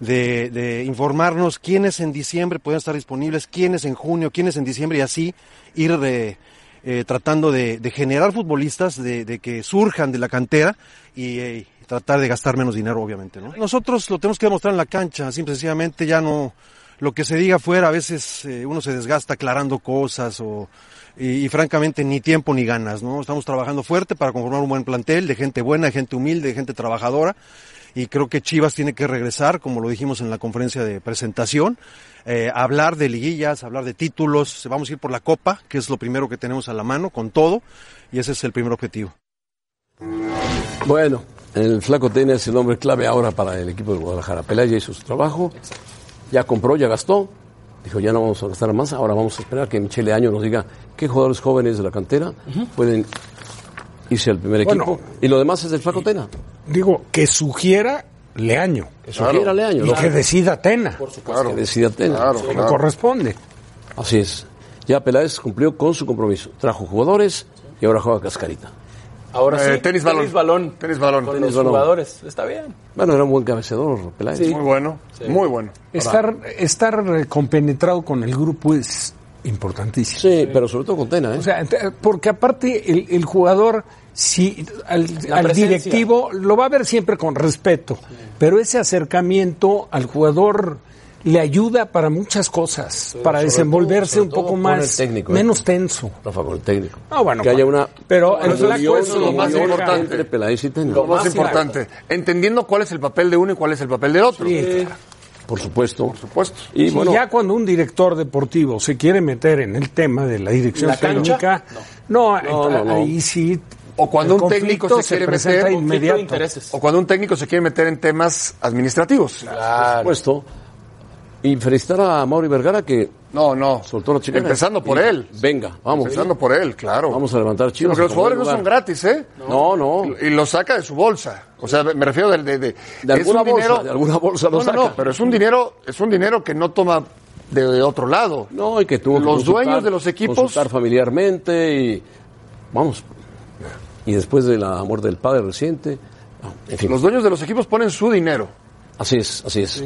[SPEAKER 10] de, de informarnos quiénes en diciembre pueden estar disponibles, quiénes en junio, quiénes en diciembre y así ir eh, eh, tratando de, de generar futbolistas, de, de que surjan de la cantera y eh, tratar de gastar menos dinero, obviamente. ¿no? Nosotros lo tenemos que demostrar en la cancha, simple y sencillamente ya no... Lo que se diga afuera, a veces eh, uno se desgasta aclarando cosas o, y, y francamente ni tiempo ni ganas, ¿no? Estamos trabajando fuerte para conformar un buen plantel de gente buena, de gente humilde, de gente trabajadora y creo que Chivas tiene que regresar, como lo dijimos en la conferencia de presentación, eh, a hablar de liguillas, a hablar de títulos, vamos a ir por la copa, que es lo primero que tenemos a la mano, con todo, y ese es el primer objetivo.
[SPEAKER 2] Bueno, el Flaco Tena es el hombre clave ahora para el equipo de Guadalajara. Peláez ya hizo su trabajo, ya compró, ya gastó. Dijo, ya no vamos a gastar más, ahora vamos a esperar que Michele Año nos diga qué jugadores jóvenes de la cantera pueden irse al primer
[SPEAKER 4] Bueno.
[SPEAKER 2] equipo. Y lo demás es del Flaco Tena.
[SPEAKER 4] Digo, que sugiera Leaño.
[SPEAKER 2] Que sugiera Leaño,
[SPEAKER 4] Y
[SPEAKER 2] ¿no? Pues
[SPEAKER 4] que decida Atena.
[SPEAKER 2] Que decida Tena.
[SPEAKER 4] como corresponde.
[SPEAKER 2] Así es. Ya Peláez cumplió con su compromiso. Trajo jugadores y ahora juega cascarita.
[SPEAKER 3] Ahora sí,
[SPEAKER 5] Eh, tenis balón.
[SPEAKER 3] balón.
[SPEAKER 5] Tenis balón.
[SPEAKER 3] Con
[SPEAKER 2] Tenis
[SPEAKER 3] los
[SPEAKER 2] balón.
[SPEAKER 3] jugadores. Está bien.
[SPEAKER 2] Bueno, era un buen cabeceador, Peláez.
[SPEAKER 3] Sí.
[SPEAKER 5] Muy bueno, muy bueno.
[SPEAKER 4] Estar, estar eh, compenetrado con el grupo es importantísimo.
[SPEAKER 2] Sí, pero sobre todo con Tena, ¿eh?
[SPEAKER 4] O sea, te- porque aparte el, el jugador, si al,
[SPEAKER 3] La
[SPEAKER 4] al
[SPEAKER 3] presencia.
[SPEAKER 4] directivo lo va a ver siempre con respeto, pero ese acercamiento al jugador le ayuda para muchas cosas, para
[SPEAKER 2] sobre
[SPEAKER 4] desenvolverse
[SPEAKER 2] todo- sobre
[SPEAKER 4] un poco
[SPEAKER 2] todo con
[SPEAKER 4] más,
[SPEAKER 2] el técnico, ¿eh?
[SPEAKER 4] menos tenso.
[SPEAKER 2] Rafa, con el técnico.
[SPEAKER 4] Ah, bueno,
[SPEAKER 2] que haya
[SPEAKER 4] bueno.
[SPEAKER 2] una.
[SPEAKER 4] Pero el
[SPEAKER 2] una
[SPEAKER 4] flaco
[SPEAKER 2] unión-
[SPEAKER 4] es lo
[SPEAKER 2] una
[SPEAKER 4] más
[SPEAKER 2] unión
[SPEAKER 5] importante.
[SPEAKER 2] Entre Peláez y Tena.
[SPEAKER 5] Lo más importante, entendiendo cuál es el papel de uno y cuál es el papel del otro.
[SPEAKER 2] Por supuesto. Por
[SPEAKER 5] supuesto.
[SPEAKER 2] Y
[SPEAKER 4] Y
[SPEAKER 2] bueno,
[SPEAKER 4] ya cuando un director deportivo se quiere meter en el tema de la dirección
[SPEAKER 3] ¿La cancha?
[SPEAKER 4] técnica, no,
[SPEAKER 2] No, no, no.
[SPEAKER 4] ahí sí.
[SPEAKER 5] O cuando
[SPEAKER 4] el
[SPEAKER 5] un técnico
[SPEAKER 4] conflicto
[SPEAKER 5] se quiere
[SPEAKER 4] presenta
[SPEAKER 5] meter- Conflicto
[SPEAKER 3] Conflicto de
[SPEAKER 4] inmediato.
[SPEAKER 3] intereses.
[SPEAKER 5] O cuando un técnico se quiere meter en temas administrativos.
[SPEAKER 2] por supuesto. Y felicitar a Mauri Vergara que
[SPEAKER 5] No, no.
[SPEAKER 2] soltó la chica.
[SPEAKER 5] Empezando por él.
[SPEAKER 2] Venga, vamos.
[SPEAKER 5] Empezando por él, claro.
[SPEAKER 2] Vamos a levantar
[SPEAKER 5] Sí,
[SPEAKER 2] chivas.
[SPEAKER 5] porque los
[SPEAKER 2] a tomar
[SPEAKER 5] jugadores no son
[SPEAKER 2] lugar.
[SPEAKER 5] gratis, ¿eh?
[SPEAKER 2] No, no.
[SPEAKER 5] Y lo saca de su bolsa. O sea, me refiero del- de, de,
[SPEAKER 2] De
[SPEAKER 5] es un
[SPEAKER 2] alguna bolsa, de alguna bolsa lo
[SPEAKER 5] no, no, no,
[SPEAKER 2] saca.
[SPEAKER 5] pero es un dinero, es un dinero que no toma de, de otro lado.
[SPEAKER 2] No, y que tuvo que
[SPEAKER 5] Los
[SPEAKER 2] consultar-
[SPEAKER 5] dueños de los equipos-
[SPEAKER 2] Consultar familiarmente y. Vamos. Y después de la muerte del padre reciente. no, En fin.
[SPEAKER 5] Los dueños de los equipos ponen su dinero.
[SPEAKER 2] Así es, así es.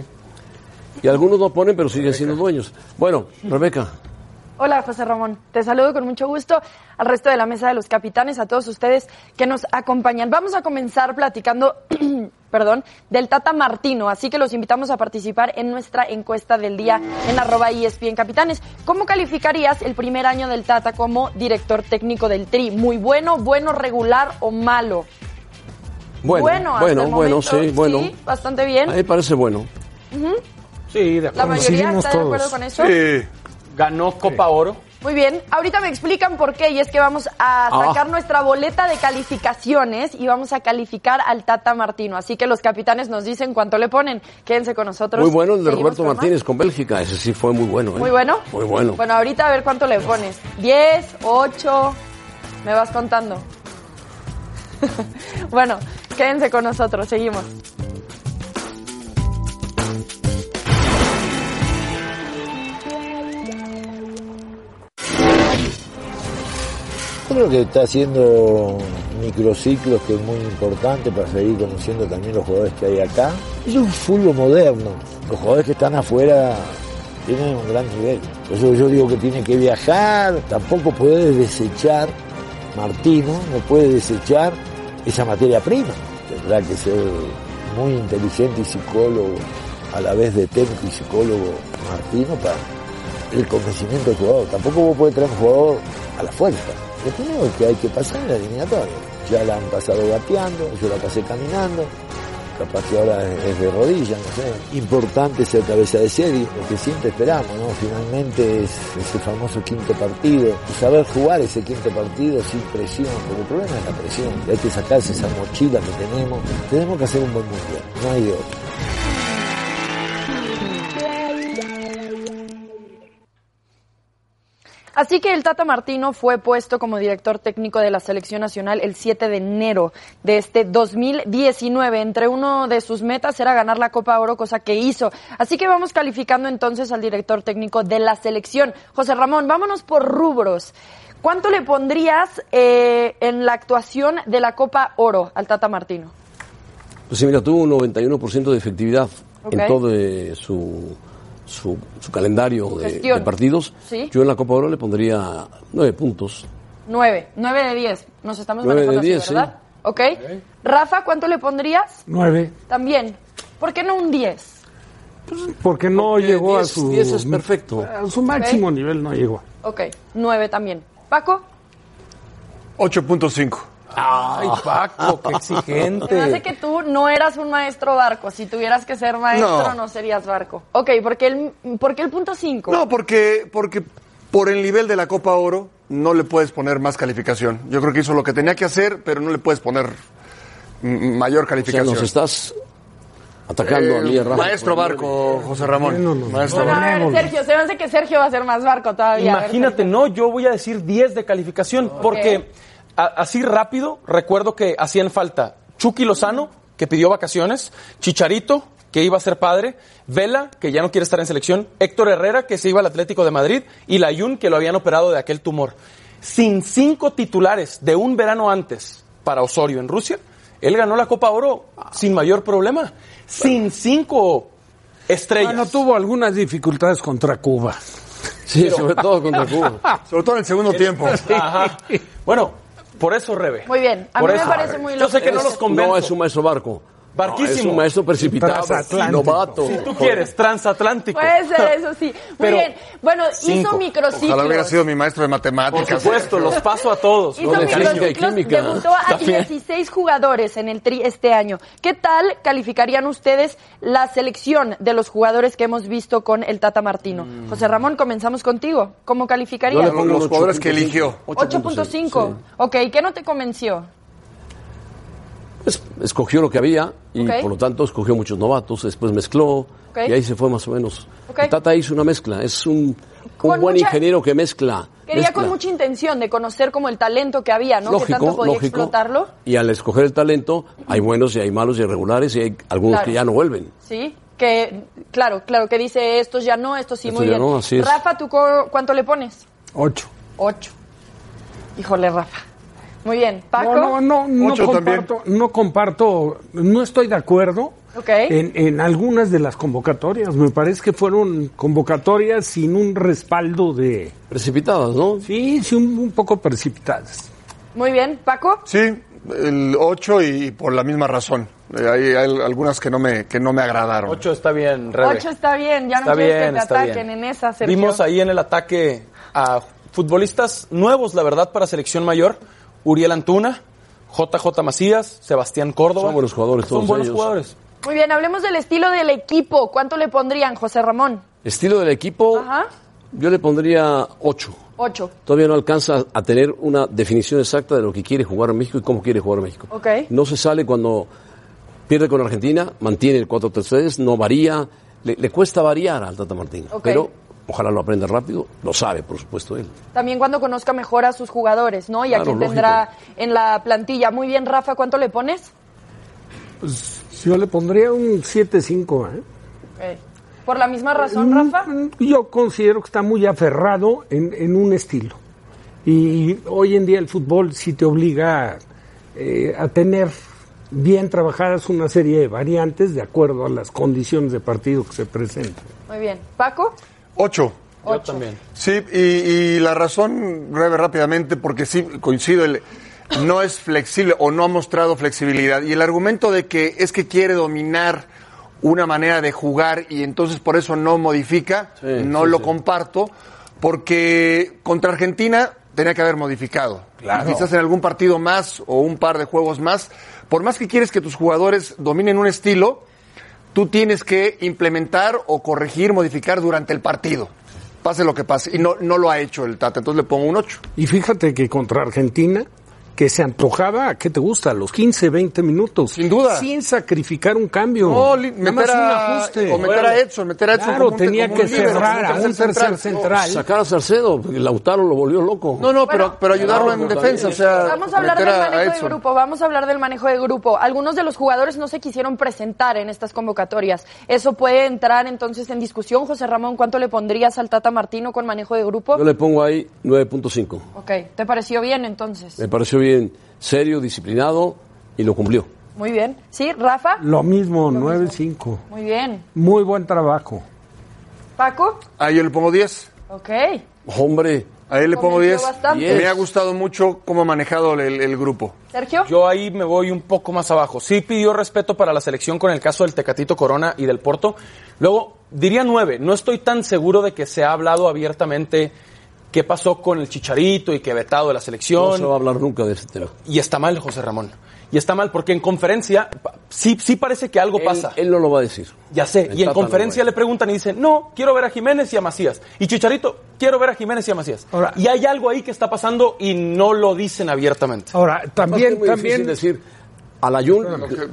[SPEAKER 2] Y algunos no ponen, pero siguen siendo dueños. Bueno, Rebeca,
[SPEAKER 11] Hola, José Ramón. Te saludo con mucho gusto al resto de la mesa de los capitanes, a todos ustedes que nos acompañan. Vamos a comenzar platicando, perdón, del Tata Martino. Así que los invitamos a participar en nuestra encuesta del día en arroba E ESPN Capitanes. ¿Cómo calificarías el primer año del Tata como director técnico del Tri? ¿Muy bueno, bueno, regular o malo?
[SPEAKER 2] bueno,
[SPEAKER 11] hasta
[SPEAKER 2] bueno,
[SPEAKER 11] el
[SPEAKER 2] bueno,
[SPEAKER 11] momento,
[SPEAKER 2] sí, bueno.
[SPEAKER 11] bastante
[SPEAKER 2] A
[SPEAKER 11] bien.
[SPEAKER 2] mí me parece bueno.
[SPEAKER 4] Sí, de
[SPEAKER 11] La
[SPEAKER 4] acuerdo.
[SPEAKER 11] mayoría
[SPEAKER 4] Coincidimos
[SPEAKER 11] está de acuerdo
[SPEAKER 4] todos.
[SPEAKER 11] con eso.
[SPEAKER 3] Ganó Copa Oro.
[SPEAKER 11] Muy bien, ahorita me explican por qué y es que vamos a
[SPEAKER 2] Ah.
[SPEAKER 11] sacar nuestra boleta de calificaciones y vamos a calificar al Tata Martino. Así que los capitanes nos dicen cuánto le ponen. Quédense con nosotros.
[SPEAKER 2] Muy bueno el de
[SPEAKER 11] Seguimos
[SPEAKER 2] Roberto
[SPEAKER 11] con más.
[SPEAKER 2] Martínez con Bélgica. Ese sí fue muy bueno. ¿eh?
[SPEAKER 11] Muy bueno.
[SPEAKER 2] Muy bueno.
[SPEAKER 11] Bueno, ahorita a ver cuánto le pones. 10, 8, me vas contando. bueno, quédense con nosotros, seguimos.
[SPEAKER 12] Yo creo que está haciendo microciclos que es muy importante para seguir conociendo también los jugadores que hay acá. Es un fútbol moderno. Los jugadores que están afuera tienen un gran nivel. Por eso yo digo que tiene que viajar. Tampoco puede desechar, Martino no puede desechar esa materia prima. Tendrá que ser muy inteligente y psicólogo, a la vez de técnico y psicólogo Martino para el convencimiento del jugador. Tampoco vos puedes traer un jugador a la fuerza. Lo primero que hay que pasar es la eliminatoria. Ya la han pasado gateando, yo la pasé caminando. capaz que ahora es es de rodillas, no sé. Importante ser cabeza de serie, lo que siempre esperamos, ¿no? Finalmente es ese famoso quinto partido. Y saber jugar ese quinto partido sin presión, porque el problema es la presión. Hay que sacarse esa mochila que tenemos. Tenemos que hacer un buen mundial, no hay de otro.
[SPEAKER 11] Así que el Tata Martino fue puesto como director técnico de la selección nacional el 7 de enero de este 2019. Entre uno de sus metas era ganar la Copa Oro, cosa que hizo. Así que vamos calificando entonces al director técnico de la selección. José Ramón, vámonos por rubros. ¿Cuánto le pondrías eh, en la actuación de la Copa Oro al Tata Martino?
[SPEAKER 2] Pues sí, mira, tuvo un 91% de efectividad
[SPEAKER 11] Ok.
[SPEAKER 2] en todo eh, su, su, su calendario de,
[SPEAKER 11] Gestión.
[SPEAKER 2] de partidos.
[SPEAKER 11] Sí.
[SPEAKER 2] Yo en la Copa Oro le pondría nueve puntos.
[SPEAKER 11] Nueve, nueve de diez. Nos estamos
[SPEAKER 2] Nueve de
[SPEAKER 11] manejando así,
[SPEAKER 2] diez, sí.
[SPEAKER 11] ¿verdad? ok. Rafa, ¿cuánto le pondrías?
[SPEAKER 4] Nueve.
[SPEAKER 11] También. ¿Por qué no un 10?
[SPEAKER 4] Porque no llegó a
[SPEAKER 2] 10,
[SPEAKER 4] su.
[SPEAKER 2] 10 es perfecto.
[SPEAKER 4] A su máximo nivel no llegó.
[SPEAKER 11] Ok, 9 también. Paco,
[SPEAKER 5] 8.5.
[SPEAKER 3] Ay, Paco, qué
[SPEAKER 11] se me hace
[SPEAKER 3] exigente.
[SPEAKER 11] que tú no eras un maestro barco. Si tuvieras que ser maestro, no,
[SPEAKER 5] No.
[SPEAKER 11] serías barco. Ok, ¿por qué el, por qué el punto 5?
[SPEAKER 5] No, porque, porque por el nivel de la Copa Oro no le puedes poner más calificación. Yo creo que hizo lo que tenía que hacer, pero no le puedes poner mm, mayor
[SPEAKER 2] O sea,
[SPEAKER 5] calificación.
[SPEAKER 2] nos estás atacando
[SPEAKER 5] Eh,
[SPEAKER 2] a mí, a Rafa.
[SPEAKER 5] Maestro Barco, José Ramón. Maestro
[SPEAKER 11] Bueno, a ver,
[SPEAKER 5] Barco.
[SPEAKER 11] Sergio, se me hace que Sergio va a ser más barco todavía. A ver,
[SPEAKER 3] Imagínate, no, yo voy a decir 10 de calificación, porque a- así rápido recuerdo que hacían falta Chucky Lozano, que pidió vacaciones, Chicharito, que iba a ser padre, Vela, que ya no quiere estar en selección, Héctor Herrera, que se iba al Atlético de Madrid, y Layun, que lo habían operado de aquel tumor. Sin cinco titulares de un verano antes para Osorio en Rusia, él ganó la Copa Oro sin mayor problema. Sin cinco estrellas.
[SPEAKER 4] Bueno, Ah, tuvo algunas dificultades contra Cuba.
[SPEAKER 2] Sí,
[SPEAKER 3] Pero-
[SPEAKER 2] sobre todo contra Cuba.
[SPEAKER 5] Sobre todo en el segundo tiempo.
[SPEAKER 3] Ajá. Bueno, por eso, Rebe.
[SPEAKER 11] Muy bien, a
[SPEAKER 3] Por
[SPEAKER 11] mí me
[SPEAKER 3] eso.
[SPEAKER 11] parece muy
[SPEAKER 3] Yo
[SPEAKER 11] loco.
[SPEAKER 3] sé que no los convenzo.
[SPEAKER 2] No es un maestro barco.
[SPEAKER 3] Barquísimo.
[SPEAKER 2] No, es un maestro precipitado,
[SPEAKER 4] Transatlántico.
[SPEAKER 2] novato.
[SPEAKER 3] Si tú quieres, transatlántico.
[SPEAKER 11] Puede ser, eso sí. Muy
[SPEAKER 3] Pero-
[SPEAKER 11] bien. Bueno, Pues, eh, hizo
[SPEAKER 3] Cinco.
[SPEAKER 5] Ojalá hubiera
[SPEAKER 11] microciclos.
[SPEAKER 5] sido mi maestro de
[SPEAKER 3] Por
[SPEAKER 5] matemáticas.
[SPEAKER 3] supuesto, los paso a todos.
[SPEAKER 11] Hizo
[SPEAKER 3] ¿no? De cariño.
[SPEAKER 11] microciclos,
[SPEAKER 2] química.
[SPEAKER 11] debutó a
[SPEAKER 2] También.
[SPEAKER 11] 16 jugadores en el tri este año. ¿Qué tal calificarían ustedes la selección de los jugadores que hemos visto con el Tata Martino?
[SPEAKER 2] Mm.
[SPEAKER 11] José Ramón, comenzamos contigo. ¿Cómo
[SPEAKER 2] Yo le
[SPEAKER 11] calificarían?
[SPEAKER 2] pongo
[SPEAKER 5] Los
[SPEAKER 2] un
[SPEAKER 5] jugadores que
[SPEAKER 2] 8.5.
[SPEAKER 5] eligió.
[SPEAKER 11] 8.5. Ok, ¿qué no te convenció?
[SPEAKER 2] Pues, escogió lo que había y
[SPEAKER 11] Ok.
[SPEAKER 2] por lo tanto escogió muchos novatos, después mezcló y ahí se fue más o menos.
[SPEAKER 11] Ok.
[SPEAKER 2] El Tata hizo una mezcla, es un,
[SPEAKER 11] Con
[SPEAKER 2] un buen
[SPEAKER 11] mucha-
[SPEAKER 2] ingeniero que mezcla.
[SPEAKER 11] Quería
[SPEAKER 2] mezcla.
[SPEAKER 11] con mucha intención de conocer como el talento que había, ¿no? que tanto
[SPEAKER 2] lógico,
[SPEAKER 11] podía
[SPEAKER 2] lógico.
[SPEAKER 11] explotarlo.
[SPEAKER 2] Y al escoger el talento hay buenos y hay malos y irregulares y hay algunos
[SPEAKER 11] Claro.
[SPEAKER 2] que ya no vuelven.
[SPEAKER 11] Sí, que claro, claro, que dice estos ya no, estos sí,
[SPEAKER 2] Estos
[SPEAKER 11] muy
[SPEAKER 2] ya
[SPEAKER 11] bien.
[SPEAKER 2] no, así es.
[SPEAKER 11] Rafa, ¿tú co- cuánto le pones?
[SPEAKER 4] Ocho.
[SPEAKER 11] 8. Híjole, Rafa. Muy bien. Paco.
[SPEAKER 4] No, no, no, no
[SPEAKER 5] Ocho
[SPEAKER 4] comparto, no comparto, no estoy de acuerdo
[SPEAKER 11] Ok.
[SPEAKER 4] en, en algunas de las convocatorias. Me parece que fueron convocatorias sin un respaldo de...
[SPEAKER 2] Precipitadas, ¿no?
[SPEAKER 4] Sí, sí, un, un poco precipitadas.
[SPEAKER 11] Muy bien. Paco.
[SPEAKER 5] Sí, el 8 y por la misma razón. Eh, Hay, hay algunas que no me, que no me agradaron.
[SPEAKER 3] Ocho está bien, Rebe.
[SPEAKER 11] 8 está bien, ya no quieres que te ataquen en esa, Sergio.
[SPEAKER 3] Vimos ahí en el ataque a futbolistas nuevos, la verdad, para selección mayor. Uriel Antuna, JJ Macías, Sebastián Córdoba.
[SPEAKER 2] Son buenos jugadores
[SPEAKER 3] Son
[SPEAKER 2] todos
[SPEAKER 3] buenos
[SPEAKER 2] ellos.
[SPEAKER 3] jugadores.
[SPEAKER 11] Muy bien, hablemos del estilo del equipo. ¿Cuánto le pondrían, José Ramón?
[SPEAKER 2] Estilo del equipo,
[SPEAKER 11] Ajá.
[SPEAKER 2] yo le pondría 8.
[SPEAKER 11] 8.
[SPEAKER 2] Todavía no alcanza a tener una definición exacta de lo que quiere jugar México y cómo quiere jugar México.
[SPEAKER 11] Ok.
[SPEAKER 2] No se sale cuando pierde con Argentina, mantiene el 4-3-3, no varía, le, le cuesta variar al Tata Martino.
[SPEAKER 11] Ok.
[SPEAKER 2] Pero ojalá lo aprenda rápido, lo sabe, por supuesto, él.
[SPEAKER 11] También cuando conozca mejor a sus jugadores, ¿no? Y
[SPEAKER 2] Claro,
[SPEAKER 11] aquí tendrá
[SPEAKER 2] lógico.
[SPEAKER 11] en la plantilla. Muy bien, Rafa, ¿cuánto le pones?
[SPEAKER 4] Pues, Yo le pondría un 7-5. ¿eh?
[SPEAKER 11] Ok. ¿Por la misma razón, Rafa?
[SPEAKER 4] Mm, Yo considero que está muy aferrado en, en un estilo. Y hoy en día el fútbol sí te obliga eh, a tener bien trabajadas una serie de variantes de acuerdo a las condiciones de partido que se presentan.
[SPEAKER 11] Muy bien. ¿Paco?
[SPEAKER 5] 8.
[SPEAKER 3] Yo también.
[SPEAKER 5] Sí, y, y la razón, breve rápidamente, porque sí, coincido, el, no es flexible o no ha mostrado flexibilidad. Y el argumento de que es que quiere dominar una manera de jugar y entonces por eso no modifica,
[SPEAKER 2] Sí,
[SPEAKER 5] no
[SPEAKER 2] sí,
[SPEAKER 5] lo
[SPEAKER 2] sí.
[SPEAKER 5] comparto, porque contra Argentina tenía que haber modificado. Quizás en algún partido más o un par de juegos más, por más que quieres que tus jugadores dominen un estilo, tú tienes que implementar o corregir, modificar durante el partido. Pase lo que pase. Y no, no lo ha hecho el Tata, entonces le pongo un 8.
[SPEAKER 4] Y fíjate que contra Argentina, que se antojaba, ¿qué te gusta? Los 15, 20 minutos. Sin
[SPEAKER 5] duda.
[SPEAKER 4] Sin sacrificar un cambio.
[SPEAKER 5] No, li-
[SPEAKER 4] Nada
[SPEAKER 5] meter
[SPEAKER 4] más
[SPEAKER 5] a-
[SPEAKER 4] un ajuste.
[SPEAKER 5] o meter a Edson, meter a Edson
[SPEAKER 4] Claro,
[SPEAKER 5] como un-
[SPEAKER 4] tenía
[SPEAKER 5] como
[SPEAKER 4] que
[SPEAKER 5] un líder,
[SPEAKER 4] cerrar a
[SPEAKER 5] como un
[SPEAKER 4] un
[SPEAKER 5] tercer
[SPEAKER 4] tercer
[SPEAKER 5] central.
[SPEAKER 4] central.
[SPEAKER 2] Sacar a Cercedo, porque Lautaro lo volvió loco.
[SPEAKER 5] No, no, pero, pero ayudarlo
[SPEAKER 2] No,
[SPEAKER 5] en
[SPEAKER 2] no,
[SPEAKER 5] defensa, o
[SPEAKER 2] también.
[SPEAKER 5] sea,
[SPEAKER 11] Vamos a hablar
[SPEAKER 5] meter
[SPEAKER 11] del
[SPEAKER 5] a- a
[SPEAKER 11] manejo de
[SPEAKER 5] Edson.
[SPEAKER 11] grupo, vamos a hablar del manejo de grupo. Algunos de los jugadores no se quisieron presentar en estas convocatorias. Eso puede entrar entonces en discusión, José Ramón, ¿cuánto le pondrías al Tata Martino con manejo de grupo?
[SPEAKER 2] Yo le pongo ahí 9.5.
[SPEAKER 11] Ok, ¿te pareció bien entonces?
[SPEAKER 2] Me pareció bien serio, disciplinado y lo cumplió.
[SPEAKER 11] Muy bien. ¿Sí, Rafa?
[SPEAKER 4] Lo mismo, 9-5.
[SPEAKER 11] Muy bien.
[SPEAKER 4] Muy buen trabajo.
[SPEAKER 11] ¿Paco?
[SPEAKER 5] A yo le pongo 10.
[SPEAKER 11] Ok.
[SPEAKER 2] Hombre.
[SPEAKER 5] A él le pongo
[SPEAKER 11] Convenció
[SPEAKER 5] 10.
[SPEAKER 11] bastante. Diez.
[SPEAKER 5] Me ha gustado mucho cómo ha manejado el, el grupo.
[SPEAKER 11] Sergio.
[SPEAKER 3] Yo ahí me voy un poco más abajo. Sí pidió respeto para la selección con el caso del Tecatito Corona y del Porto. Luego, diría nueve. No estoy tan seguro de que se ha hablado abiertamente qué pasó con el Chicharito y que vetado de la selección.
[SPEAKER 2] No se va a hablar nunca de ese tema.
[SPEAKER 3] Y está mal, José Ramón. Y está mal, porque en conferencia pa- sí, sí parece que algo pasa.
[SPEAKER 2] Él no lo va a decir.
[SPEAKER 3] Ya sé.
[SPEAKER 2] El
[SPEAKER 3] y en
[SPEAKER 2] Tata no
[SPEAKER 3] conferencia le preguntan y dicen, no, quiero ver a Jiménez y a Macías. Y Chicharito, quiero ver a Jiménez y a Macías. y hay algo ahí que está pasando y no lo dicen abiertamente.
[SPEAKER 4] Ahora,
[SPEAKER 2] También, es muy difícil decir. A la Jun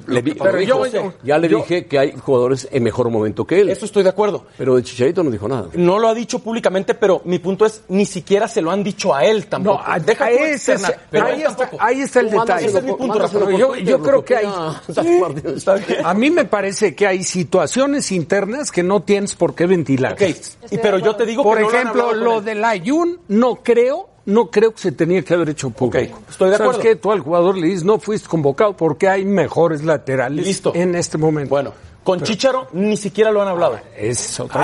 [SPEAKER 2] le vi-
[SPEAKER 3] Pero
[SPEAKER 2] le
[SPEAKER 3] yo-
[SPEAKER 2] dijo, ya le
[SPEAKER 3] yo-
[SPEAKER 2] dije que hay jugadores en mejor momento que él. Eso
[SPEAKER 3] estoy de acuerdo.
[SPEAKER 2] Pero de Chicharito no dijo nada.
[SPEAKER 3] No lo ha dicho públicamente, pero mi punto es, ni siquiera se lo han dicho a él tampoco.
[SPEAKER 4] No, a-
[SPEAKER 3] Deja
[SPEAKER 4] a
[SPEAKER 3] tú
[SPEAKER 4] ese
[SPEAKER 3] externar,
[SPEAKER 4] se-
[SPEAKER 3] pero
[SPEAKER 4] ahí
[SPEAKER 3] él
[SPEAKER 4] está-
[SPEAKER 3] tampoco.
[SPEAKER 4] ahí está el
[SPEAKER 3] Tú mándaselo
[SPEAKER 4] detalle.
[SPEAKER 3] Ese es mi punto,
[SPEAKER 4] Mándaselo
[SPEAKER 3] Rafa.
[SPEAKER 4] por
[SPEAKER 3] Yo,
[SPEAKER 4] Twitter,
[SPEAKER 3] yo
[SPEAKER 4] lo
[SPEAKER 3] creo que hay...
[SPEAKER 4] copia a A mí me parece que hay situaciones internas que no tienes por qué ventilar.
[SPEAKER 3] y- pero yo te digo
[SPEAKER 4] por
[SPEAKER 3] que no lo han
[SPEAKER 4] ejemplo,
[SPEAKER 3] hablado con
[SPEAKER 4] lo
[SPEAKER 3] él.
[SPEAKER 4] del Ayun, no creo, no creo que se tenía que haber hecho público.
[SPEAKER 3] estoy de
[SPEAKER 4] ¿Sabes
[SPEAKER 3] acuerdo.
[SPEAKER 4] qué? Tú al jugador le dices, no fuiste convocado porque hay mejores laterales
[SPEAKER 3] Listo.
[SPEAKER 4] en este momento. Ah,
[SPEAKER 3] Bueno, con Chicharo ni siquiera lo han hablado. Ah,
[SPEAKER 4] Es
[SPEAKER 3] A eso me
[SPEAKER 11] Vamos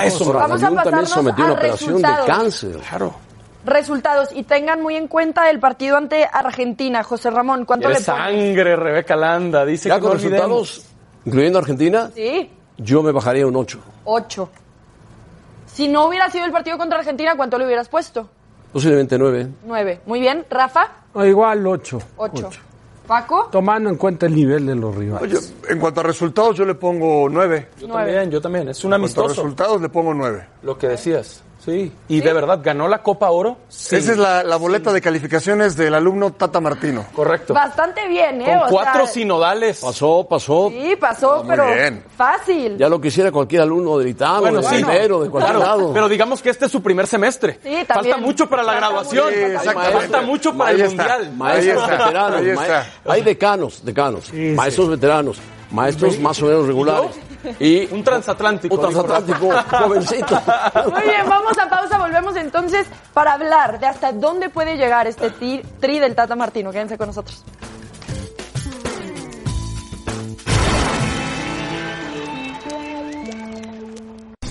[SPEAKER 11] a
[SPEAKER 3] refiero.
[SPEAKER 11] pasarnos a resultados.
[SPEAKER 3] Claro.
[SPEAKER 11] Resultados y tengan muy en cuenta el partido ante Argentina. José Ramón, ¿cuánto
[SPEAKER 3] Quiere
[SPEAKER 11] le pones?
[SPEAKER 3] sangre, Rebeca Landa. Dice
[SPEAKER 2] Ya
[SPEAKER 3] que
[SPEAKER 2] con
[SPEAKER 3] no olvidemos.
[SPEAKER 2] resultados, incluyendo Argentina,
[SPEAKER 11] Sí,
[SPEAKER 2] yo me bajaría un 8.
[SPEAKER 11] 8. Si no hubiera sido el partido contra Argentina, ¿cuánto le hubieras puesto?
[SPEAKER 2] Posiblemente 9.
[SPEAKER 11] 9. Muy bien. Rafa,
[SPEAKER 4] O Ah, igual 8.
[SPEAKER 11] 8. Paco,
[SPEAKER 4] Tomando en cuenta el nivel de los rivales.
[SPEAKER 5] En cuanto a resultados, yo le pongo 9.
[SPEAKER 3] Yo también, yo también. Es un
[SPEAKER 5] Por
[SPEAKER 3] amistoso.
[SPEAKER 5] resultados le pongo 9.
[SPEAKER 3] Lo que decías. Sí. Y de verdad, ganó la Copa Oro. Sí.
[SPEAKER 5] Esa es la, la boleta de calificaciones del alumno Tata Martino.
[SPEAKER 3] Correcto.
[SPEAKER 11] bastante bien, ¿eh? O
[SPEAKER 3] Con cuatro
[SPEAKER 11] sea,
[SPEAKER 3] sinodales.
[SPEAKER 2] Pasó, pasó.
[SPEAKER 11] Sí, pasó,
[SPEAKER 2] muy
[SPEAKER 11] pero
[SPEAKER 2] bien.
[SPEAKER 11] fácil.
[SPEAKER 2] Ya lo quisiera cualquier alumno del ITAM,
[SPEAKER 3] Bueno,
[SPEAKER 2] del
[SPEAKER 3] sí.
[SPEAKER 2] Ibero, de cualquier
[SPEAKER 3] Claro,
[SPEAKER 2] lado.
[SPEAKER 3] Pero digamos que este es su primer semestre.
[SPEAKER 11] Sí,
[SPEAKER 3] Falta
[SPEAKER 11] también.
[SPEAKER 3] mucho para la
[SPEAKER 11] Falta
[SPEAKER 3] graduación.
[SPEAKER 11] mucho, falta
[SPEAKER 3] Falta,
[SPEAKER 11] mucho.
[SPEAKER 3] mucho para
[SPEAKER 2] Ahí
[SPEAKER 3] el
[SPEAKER 2] está.
[SPEAKER 3] mundial.
[SPEAKER 2] Maestros veteranos. ma- Hay decanos, decanos. maestros veteranos. Maestros más o menos regulares. Y
[SPEAKER 3] un transatlántico.
[SPEAKER 2] Un transatlántico,
[SPEAKER 3] dijo Rafa.
[SPEAKER 2] jovencito.
[SPEAKER 11] Muy bien, vamos a pausa, volvemos entonces para hablar de hasta dónde puede llegar este ti- tri del Tata Martino. Quédense con nosotros.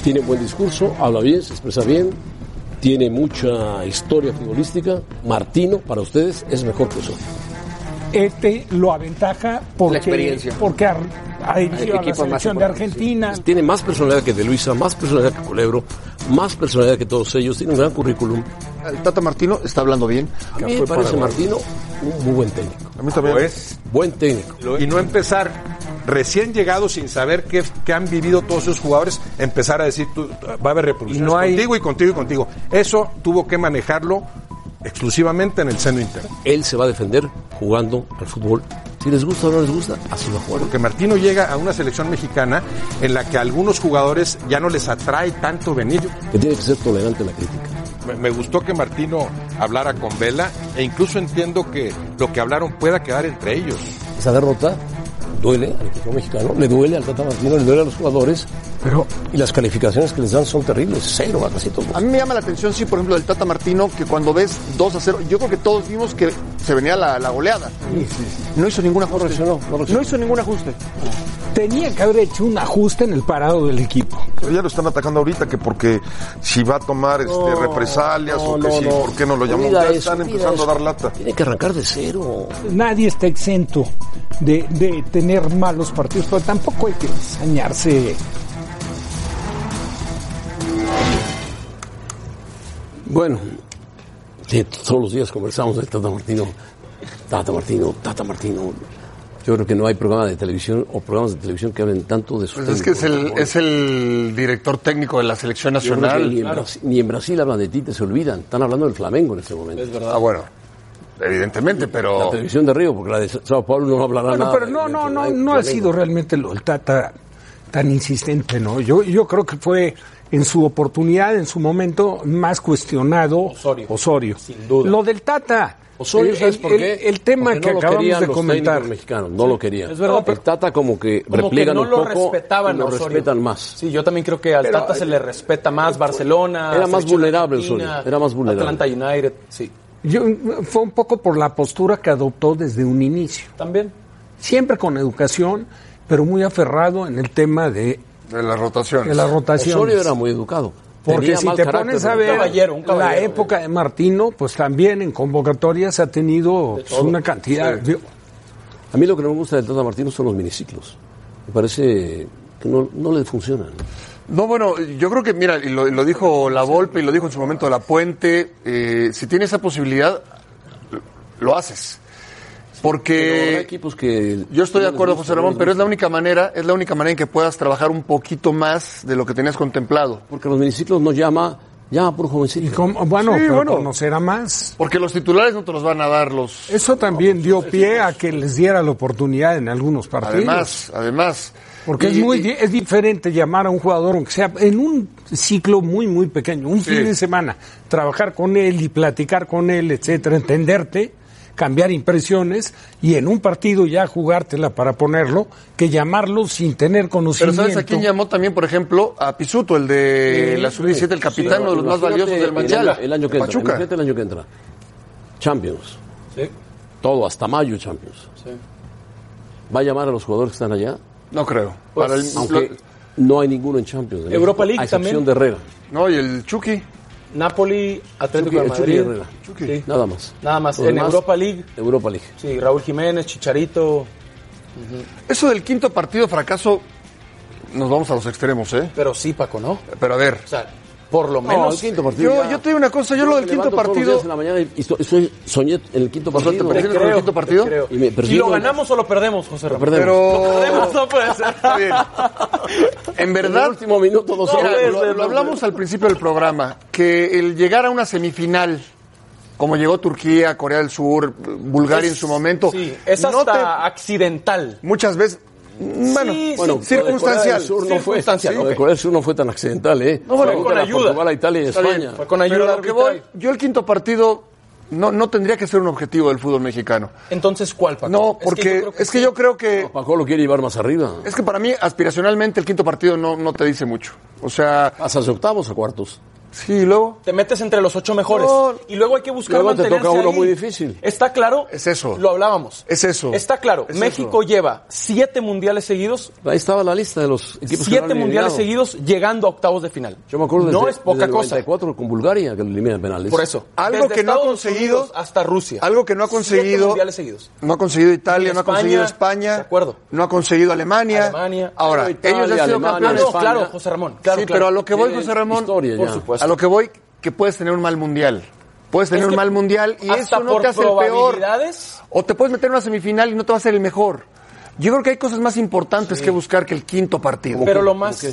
[SPEAKER 2] Tiene buen discurso, habla bien, se expresa bien, tiene mucha historia futbolística. Martino, para ustedes, es mejor que eso.
[SPEAKER 4] Este lo aventaja porque,
[SPEAKER 2] La experiencia.
[SPEAKER 4] porque ha, ha dirigido
[SPEAKER 2] Equipo
[SPEAKER 4] a la
[SPEAKER 2] más
[SPEAKER 4] selección
[SPEAKER 2] importante,
[SPEAKER 4] de Argentina.
[SPEAKER 2] sí. Tiene más personalidad que De Luisa, más personalidad que Culebro, más personalidad que todos ellos. Tiene un gran currículum.
[SPEAKER 5] El Tata Martino está hablando bien.
[SPEAKER 2] A mí me parece Martino un muy buen técnico.
[SPEAKER 5] A mí también.
[SPEAKER 2] Buen técnico.
[SPEAKER 13] Y no empezar recién llegado sin saber qué, qué han vivido todos esos jugadores, empezar a decir tú, va a haber repercusiones contigo y contigo y contigo. Eso tuvo que manejarlo exclusivamente en el seno interno.
[SPEAKER 2] Él se va a defender jugando al fútbol. Si les gusta o no les gusta, así va a jugar.
[SPEAKER 13] Porque Martino llega a una selección mexicana en la que a algunos jugadores ya no les atrae tanto venir.
[SPEAKER 2] Que tiene que ser tolerante a la crítica.
[SPEAKER 13] Me, me gustó que Martino hablara con Vela e incluso entiendo que lo que hablaron pueda quedar entre ellos.
[SPEAKER 2] Esa derrota duele al equipo mexicano, le duele al Tata Martino, le duele a los jugadores. Pero, y las calificaciones que les dan son terribles. Cero, a casi todos.
[SPEAKER 5] A mí me llama la atención, sí, por ejemplo, del Tata Martino, que cuando ves 2 a 0, yo creo que todos vimos que se venía la, la goleada. No hizo ningún ajuste. No hizo ningún ajuste.
[SPEAKER 4] Tenía que haber hecho un ajuste en el parado del equipo.
[SPEAKER 14] Pero ya lo están atacando ahorita que porque si va a tomar este, represalias o que
[SPEAKER 4] no,
[SPEAKER 14] si,
[SPEAKER 4] no.
[SPEAKER 14] ¿por qué no lo llamó?
[SPEAKER 4] Olvida
[SPEAKER 14] ya
[SPEAKER 4] eso,
[SPEAKER 14] están
[SPEAKER 4] olvida
[SPEAKER 14] empezando a
[SPEAKER 4] eso.
[SPEAKER 14] dar lata.
[SPEAKER 2] Tiene que arrancar de cero.
[SPEAKER 4] Nadie está exento de, de tener malos partidos, pero tampoco hay que sañarse.
[SPEAKER 2] Bueno, sí, todos los días conversamos del Tata Martino. Tata Martino, Tata Martino. Yo creo que no hay programa de televisión o programas de televisión que hablen tanto de sus
[SPEAKER 5] Pues es que es
[SPEAKER 2] técnicos.
[SPEAKER 5] el, es el director técnico de la selección
[SPEAKER 2] Yo creo que
[SPEAKER 5] nacional.
[SPEAKER 2] Ni en, Brasil, ni en Brasil hablan de ti, te se olvidan. Están hablando del Flamengo en este momento. Es
[SPEAKER 5] verdad. Ah, bueno. Evidentemente, pero...
[SPEAKER 2] La televisión de Río, porque la de Sao Paulo no hablará
[SPEAKER 4] Bueno,
[SPEAKER 2] nada.
[SPEAKER 4] pero no, no, no, no ha sido realmente lo, el Tata tan insistente, ¿no? Yo, yo creo que fue en su oportunidad, en su momento, más cuestionado Osorio. Sin duda. Lo del Tata.
[SPEAKER 2] Osorio,
[SPEAKER 4] el,
[SPEAKER 2] ¿sabes
[SPEAKER 4] el-
[SPEAKER 2] por qué?
[SPEAKER 4] el- el tema
[SPEAKER 2] Porque
[SPEAKER 4] que
[SPEAKER 2] no lo
[SPEAKER 4] acabamos
[SPEAKER 2] querían
[SPEAKER 4] de
[SPEAKER 2] los
[SPEAKER 4] comentar.
[SPEAKER 2] técnicos mexicanos, no lo querían.
[SPEAKER 3] Es verdad,
[SPEAKER 2] el Tata como que
[SPEAKER 3] Como que
[SPEAKER 2] repliegan
[SPEAKER 3] no
[SPEAKER 2] un
[SPEAKER 3] lo
[SPEAKER 2] poco
[SPEAKER 3] respetaban
[SPEAKER 2] y lo
[SPEAKER 3] a Osorio.
[SPEAKER 2] respetan más.
[SPEAKER 3] Sí, yo también creo que al
[SPEAKER 2] Pero,
[SPEAKER 3] Tata se le respeta más. Barcelona.
[SPEAKER 2] Era más
[SPEAKER 3] selección
[SPEAKER 2] vulnerable
[SPEAKER 3] argentina,
[SPEAKER 2] Osorio, era más vulnerable.
[SPEAKER 3] Atlanta United, sí.
[SPEAKER 4] Yo, fue un poco por la postura que adoptó desde un inicio.
[SPEAKER 3] También.
[SPEAKER 4] Siempre con educación, pero muy aferrado en el tema de,
[SPEAKER 5] De las rotaciones.
[SPEAKER 4] de las rotaciones.
[SPEAKER 2] Osorio era muy educado.
[SPEAKER 4] Porque
[SPEAKER 2] Tenía
[SPEAKER 4] si
[SPEAKER 2] mal
[SPEAKER 4] te
[SPEAKER 2] carácter,
[SPEAKER 4] pones
[SPEAKER 2] pero-
[SPEAKER 4] a ver la época de Martino, pues también en convocatorias ha tenido pues,
[SPEAKER 2] todo.
[SPEAKER 4] una cantidad.
[SPEAKER 2] Sí.
[SPEAKER 4] de-
[SPEAKER 2] A mí lo que no me gusta del Tata Martino son los miniciclos. Me parece que no, no le funcionan.
[SPEAKER 5] No, bueno, yo creo que, mira, y lo, y lo dijo La Volpe y lo dijo en su momento La Puente, eh, si tienes esa posibilidad, lo- lo haces. Porque yo estoy de acuerdo, José Ramón, pero es la única manera, es la única manera en que puedas trabajar un poquito más de lo que tenías contemplado.
[SPEAKER 2] Porque los miniciclos nos llama, llama por jovencito.
[SPEAKER 4] bueno, pero conocerá más.
[SPEAKER 5] Porque los titulares no te los van a dar los
[SPEAKER 4] Eso también dio
[SPEAKER 2] pues,
[SPEAKER 4] pie a que les diera la oportunidad en algunos partidos.
[SPEAKER 5] Además, además.
[SPEAKER 4] Porque
[SPEAKER 5] Y-
[SPEAKER 4] es muy
[SPEAKER 5] y-
[SPEAKER 4] di- es diferente llamar a un jugador, aunque sea en un ciclo muy, muy pequeño, un
[SPEAKER 5] Sí.
[SPEAKER 4] fin de semana, trabajar con él y platicar con él, etcétera, entenderte, cambiar impresiones y en un partido ya jugártela para ponerlo, que llamarlo sin tener
[SPEAKER 5] Pero
[SPEAKER 4] conocimiento.
[SPEAKER 5] ¿sabes a quién llamó también, por ejemplo? A Pisuto, el de
[SPEAKER 2] Sí,
[SPEAKER 5] la sub-17, el
[SPEAKER 2] sí,
[SPEAKER 5] capitán,
[SPEAKER 2] sí,
[SPEAKER 5] uno de los más
[SPEAKER 2] imagínate eh,
[SPEAKER 5] valiosos del
[SPEAKER 2] el
[SPEAKER 5] Mundial.
[SPEAKER 2] año- El año que
[SPEAKER 5] de
[SPEAKER 2] entra,
[SPEAKER 5] Pachuca.
[SPEAKER 2] imagínate el año que entra. Champions.
[SPEAKER 3] Sí.
[SPEAKER 2] Todo, hasta mayo Champions. ¿Va a llamar a los jugadores que están allá?
[SPEAKER 5] No creo.
[SPEAKER 2] Para
[SPEAKER 5] Para el-
[SPEAKER 2] el- aunque no hay ninguno en Champions. de
[SPEAKER 3] Europa
[SPEAKER 2] México,
[SPEAKER 3] League
[SPEAKER 2] a excepción
[SPEAKER 3] también.
[SPEAKER 2] de Herrera.
[SPEAKER 5] No, y el Chucky.
[SPEAKER 3] Napoli, Atlético
[SPEAKER 2] Chucky-
[SPEAKER 3] de
[SPEAKER 2] el Chucky
[SPEAKER 3] Madrid.
[SPEAKER 2] Herrera.
[SPEAKER 3] Chucky.
[SPEAKER 2] Sí, Nada más.
[SPEAKER 3] Nada más.
[SPEAKER 2] Los
[SPEAKER 3] en
[SPEAKER 2] demás,
[SPEAKER 3] Europa League.
[SPEAKER 2] Europa League.
[SPEAKER 3] Sí, Raúl Jiménez, Chicharito.
[SPEAKER 5] Eso del quinto partido fracaso, nos vamos a los extremos, ¿eh?
[SPEAKER 3] Pero sí, Paco, ¿no?
[SPEAKER 5] Pero a ver.
[SPEAKER 3] O sea, por lo
[SPEAKER 2] No,
[SPEAKER 3] menos.
[SPEAKER 2] el quinto partido
[SPEAKER 5] Yo-
[SPEAKER 2] ya.
[SPEAKER 5] yo te digo una cosa, yo lo del
[SPEAKER 2] me
[SPEAKER 5] quinto
[SPEAKER 2] levanto todos los
[SPEAKER 5] partido-
[SPEAKER 2] días en la mañana y- y so- soy- soñé en el quinto
[SPEAKER 5] O sea, ¿te
[SPEAKER 2] partido.
[SPEAKER 5] persigues con el quinto partido?
[SPEAKER 2] Y me
[SPEAKER 3] ¿Y
[SPEAKER 2] persigo-
[SPEAKER 3] lo ganamos o lo perdemos, José Ramón?
[SPEAKER 2] perdemos.
[SPEAKER 5] Pero-
[SPEAKER 3] Lo perdemos, no puede ser.
[SPEAKER 5] En
[SPEAKER 3] En
[SPEAKER 5] verdad.
[SPEAKER 3] el
[SPEAKER 2] último minuto, dos
[SPEAKER 5] Mira,
[SPEAKER 3] goles,
[SPEAKER 5] lo,
[SPEAKER 3] dos
[SPEAKER 5] lo
[SPEAKER 3] goles.
[SPEAKER 5] hablamos al principio del programa. Que el llegar a una semifinal, como llegó Turquía, Corea del Sur, Bulgaria en su momento.
[SPEAKER 3] Sí, es
[SPEAKER 5] no
[SPEAKER 3] hasta
[SPEAKER 5] te-
[SPEAKER 3] accidental.
[SPEAKER 5] Muchas veces. Bueno,
[SPEAKER 3] Sí,
[SPEAKER 2] Bueno,
[SPEAKER 5] sí, circunstancial.
[SPEAKER 2] Lo de Corea del Sur no fue,
[SPEAKER 5] Circunstancial,
[SPEAKER 2] lo de
[SPEAKER 5] ok.
[SPEAKER 2] Corea del Sur no fue tan accidental, ¿eh?
[SPEAKER 5] No, bueno,
[SPEAKER 2] Fue
[SPEAKER 5] con
[SPEAKER 2] a
[SPEAKER 5] ayuda.
[SPEAKER 2] Portugal, a Italia y
[SPEAKER 5] Está
[SPEAKER 2] España.
[SPEAKER 5] bien, fue con ayuda Pero a lo que voy, yo el quinto partido no, no tendría que ser un objetivo del fútbol mexicano.
[SPEAKER 3] Entonces, ¿cuál, Paco?
[SPEAKER 5] No, porque es que yo creo que...
[SPEAKER 2] Paco lo quiere llevar más arriba.
[SPEAKER 5] Es que para mí, aspiracionalmente, el quinto partido no, no te dice mucho. O sea...
[SPEAKER 2] Pasas de octavos a cuartos.
[SPEAKER 5] Sí, y luego...
[SPEAKER 3] Te metes entre los ocho mejores.
[SPEAKER 5] No.
[SPEAKER 3] y luego hay que buscar
[SPEAKER 5] Luego te
[SPEAKER 3] mantenerse
[SPEAKER 5] toca uno
[SPEAKER 3] ahí.
[SPEAKER 5] muy difícil.
[SPEAKER 3] ¿Está claro?
[SPEAKER 5] Es eso.
[SPEAKER 3] Lo hablábamos.
[SPEAKER 5] Es eso.
[SPEAKER 3] Está claro.
[SPEAKER 5] Es
[SPEAKER 3] México lleva siete mundiales seguidos.
[SPEAKER 2] Ahí estaba la lista de los equipos que lo
[SPEAKER 3] Siete
[SPEAKER 2] han
[SPEAKER 3] mundiales
[SPEAKER 2] eliminado.
[SPEAKER 3] seguidos llegando a octavos de final.
[SPEAKER 2] Yo me acuerdo
[SPEAKER 3] No
[SPEAKER 2] desde-
[SPEAKER 3] es poca
[SPEAKER 2] desde el
[SPEAKER 3] cosa.
[SPEAKER 2] 94 con Bulgaria que lo eliminan penales.
[SPEAKER 3] Por eso.
[SPEAKER 5] Algo
[SPEAKER 3] Desde
[SPEAKER 5] que no ha
[SPEAKER 3] Estados
[SPEAKER 5] conseguido-
[SPEAKER 3] Unidos hasta Rusia.
[SPEAKER 5] Algo que no ha
[SPEAKER 3] Siete
[SPEAKER 5] conseguido...
[SPEAKER 3] mundiales seguidos.
[SPEAKER 5] No ha conseguido Italia,
[SPEAKER 3] Ni
[SPEAKER 5] no ha
[SPEAKER 3] España,
[SPEAKER 5] conseguido España.
[SPEAKER 3] de acuerdo.
[SPEAKER 5] No ha consegudo Alemania.
[SPEAKER 3] Alemania.
[SPEAKER 5] Ahora,
[SPEAKER 3] Italia,
[SPEAKER 5] ellos ya han sido
[SPEAKER 3] Alemania,
[SPEAKER 5] campeones.
[SPEAKER 3] no, claro, José Ramón, claro,
[SPEAKER 5] sí,
[SPEAKER 3] claro.
[SPEAKER 5] pero a lo que voy,
[SPEAKER 3] Tienen
[SPEAKER 5] José Ramón...
[SPEAKER 2] historia ya.
[SPEAKER 5] por supuesto. A lo que voy, que puedes tener un mal mundial. Puedes tener
[SPEAKER 3] Es que
[SPEAKER 5] un mal mundial y
[SPEAKER 3] hasta
[SPEAKER 5] eso no
[SPEAKER 3] por
[SPEAKER 5] te hace el peor.
[SPEAKER 3] probabilidades.
[SPEAKER 5] O te puedes meter en una semifinal y no te va a ser el mejor. Yo creo que hay cosas más importantes que buscar que el quinto partido.
[SPEAKER 3] Pero lo más.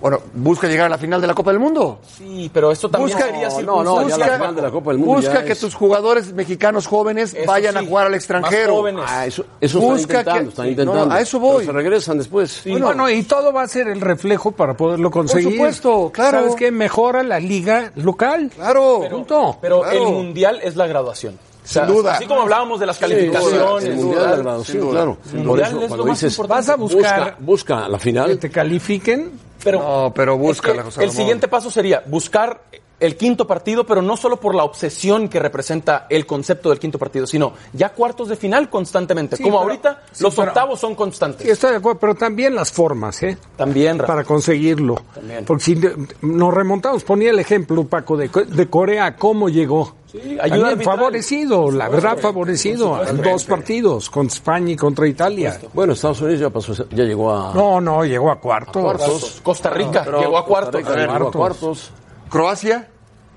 [SPEAKER 5] Bueno, busca llegar a la final de la Copa del Mundo.
[SPEAKER 3] Sí, pero esto también
[SPEAKER 5] Busca-
[SPEAKER 3] sería
[SPEAKER 5] No,
[SPEAKER 2] No, no, ya
[SPEAKER 3] circunstancial.
[SPEAKER 2] la final de la Copa del Mundo
[SPEAKER 5] busca
[SPEAKER 2] ya
[SPEAKER 5] que
[SPEAKER 2] es-
[SPEAKER 5] tus jugadores mexicanos jóvenes
[SPEAKER 3] Eso
[SPEAKER 5] vayan
[SPEAKER 3] sí,
[SPEAKER 5] a jugar al
[SPEAKER 3] más
[SPEAKER 5] extranjero.
[SPEAKER 3] jóvenes.
[SPEAKER 2] Ah, eso, eso están
[SPEAKER 5] Busca que-
[SPEAKER 2] intentando, están
[SPEAKER 5] sí,
[SPEAKER 2] intentando.
[SPEAKER 5] no, no, a eso
[SPEAKER 2] Pero
[SPEAKER 5] voy.
[SPEAKER 2] se regresan después.
[SPEAKER 4] Bueno, y todo va a ser el reflejo para poderlo conseguir.
[SPEAKER 5] supuesto, claro.
[SPEAKER 4] ¿Sabes qué? Mejora la liga local.
[SPEAKER 5] Claro.
[SPEAKER 4] Punto.
[SPEAKER 3] Pero
[SPEAKER 5] Claro.
[SPEAKER 3] el mundial es la graduación. O sea,
[SPEAKER 5] Sin duda.
[SPEAKER 3] Así como hablábamos de las
[SPEAKER 2] Calificación,
[SPEAKER 3] calificaciones.
[SPEAKER 2] el mundial de la graduación,
[SPEAKER 5] sin duda,
[SPEAKER 2] claro.
[SPEAKER 5] sin
[SPEAKER 2] Por
[SPEAKER 3] duda.
[SPEAKER 2] eso,
[SPEAKER 3] Es lo
[SPEAKER 2] cuando
[SPEAKER 3] más
[SPEAKER 2] dices,
[SPEAKER 3] importante.
[SPEAKER 4] Vas a buscar-
[SPEAKER 2] busca, busca la final.
[SPEAKER 4] que te califiquen.
[SPEAKER 3] Pero
[SPEAKER 5] No, pero búscala,
[SPEAKER 3] es que
[SPEAKER 5] José
[SPEAKER 3] El
[SPEAKER 5] Ramón.
[SPEAKER 3] siguiente paso sería buscar el quinto partido, pero no solo por la obsesión que representa el concepto del quinto partido, sino ya cuartos de final constantemente.
[SPEAKER 4] Sí,
[SPEAKER 3] como
[SPEAKER 4] pero-
[SPEAKER 3] ahorita,
[SPEAKER 4] sí,
[SPEAKER 3] los
[SPEAKER 4] pero-
[SPEAKER 3] octavos son constantes.
[SPEAKER 4] Sí, estoy de acuerdo, pero también las formas, ¿eh?
[SPEAKER 3] También, Rafa.
[SPEAKER 4] Para conseguirlo.
[SPEAKER 3] También.
[SPEAKER 4] Porque si de- nos remontamos, ponía el ejemplo, Paco, de, Co- de Corea, cómo llegó.
[SPEAKER 3] ayuda
[SPEAKER 4] También
[SPEAKER 3] arbitral.
[SPEAKER 4] favorecido, la verdad, favorecido. a Dos partidos, contra España y contra Italia.
[SPEAKER 2] Bueno, Estados Unidos ya pasó, ya llegó a
[SPEAKER 4] No, no, llegó a cuartos.
[SPEAKER 2] cuartos.
[SPEAKER 3] Costa Rica
[SPEAKER 2] Pero
[SPEAKER 3] llegó a
[SPEAKER 2] Costa
[SPEAKER 3] cuartos.
[SPEAKER 2] Rica llegó a cuartos.
[SPEAKER 5] Croacia,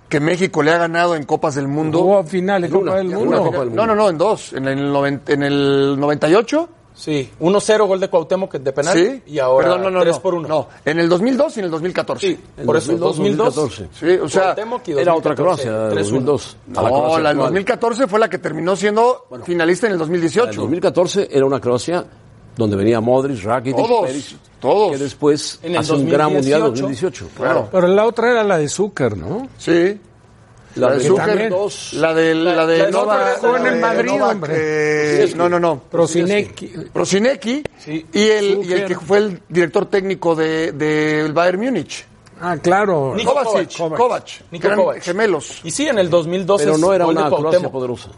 [SPEAKER 5] que México le ha ganado en Copas del Mundo.
[SPEAKER 4] Jugó a final en Copa del Mundo.
[SPEAKER 5] No, no, no, en dos. En el, noven- en el 98.
[SPEAKER 3] Sí, 1-0 gol de Cuauhtémoc de penal.
[SPEAKER 5] Sí.
[SPEAKER 3] Y ahora
[SPEAKER 5] Perdón, no, no,
[SPEAKER 3] 3
[SPEAKER 5] no.
[SPEAKER 3] por 1.
[SPEAKER 5] No, en el 2002 y en el 2014. Sí,
[SPEAKER 3] por eso, 2002, 2014.
[SPEAKER 5] Sí, o sea,
[SPEAKER 3] Cuauhtémoc y era otra 2014, Croacia, 3-1. 2002,
[SPEAKER 5] No,
[SPEAKER 3] a la
[SPEAKER 5] la,
[SPEAKER 3] Croacia
[SPEAKER 5] del
[SPEAKER 3] actual.
[SPEAKER 5] 2014 fue la que terminó siendo finalista en el 2018.
[SPEAKER 2] En
[SPEAKER 3] eh,
[SPEAKER 2] 2014 era una Croacia donde venía Modric, Rakitic,
[SPEAKER 5] Todos,
[SPEAKER 2] Perisic, que después
[SPEAKER 4] En el
[SPEAKER 2] hace un gran mundial
[SPEAKER 4] 2018.
[SPEAKER 2] 2018.
[SPEAKER 5] Claro.
[SPEAKER 4] Pero la otra era la de Zúcar, ¿no?
[SPEAKER 5] Sí. La, de
[SPEAKER 4] que
[SPEAKER 5] Zucker,
[SPEAKER 4] también-
[SPEAKER 5] la de la
[SPEAKER 4] La
[SPEAKER 5] de
[SPEAKER 4] de Novak,
[SPEAKER 5] Nova,
[SPEAKER 4] juegan en Madrid, hombre.
[SPEAKER 5] no, no, no.
[SPEAKER 4] Prosinecki.
[SPEAKER 5] Prosinecki y el y el que fue el director técnico de del Bayern Múnich.
[SPEAKER 4] Ah, claro.
[SPEAKER 5] Nico Kovacic, Kovac,
[SPEAKER 3] Nico
[SPEAKER 5] eran
[SPEAKER 3] Kovac.
[SPEAKER 5] gemelos.
[SPEAKER 3] Y sí, en el 2012
[SPEAKER 5] Pero no era
[SPEAKER 3] gol de
[SPEAKER 5] una
[SPEAKER 3] Cuauhtémoc.
[SPEAKER 5] Croacia
[SPEAKER 2] poderosa.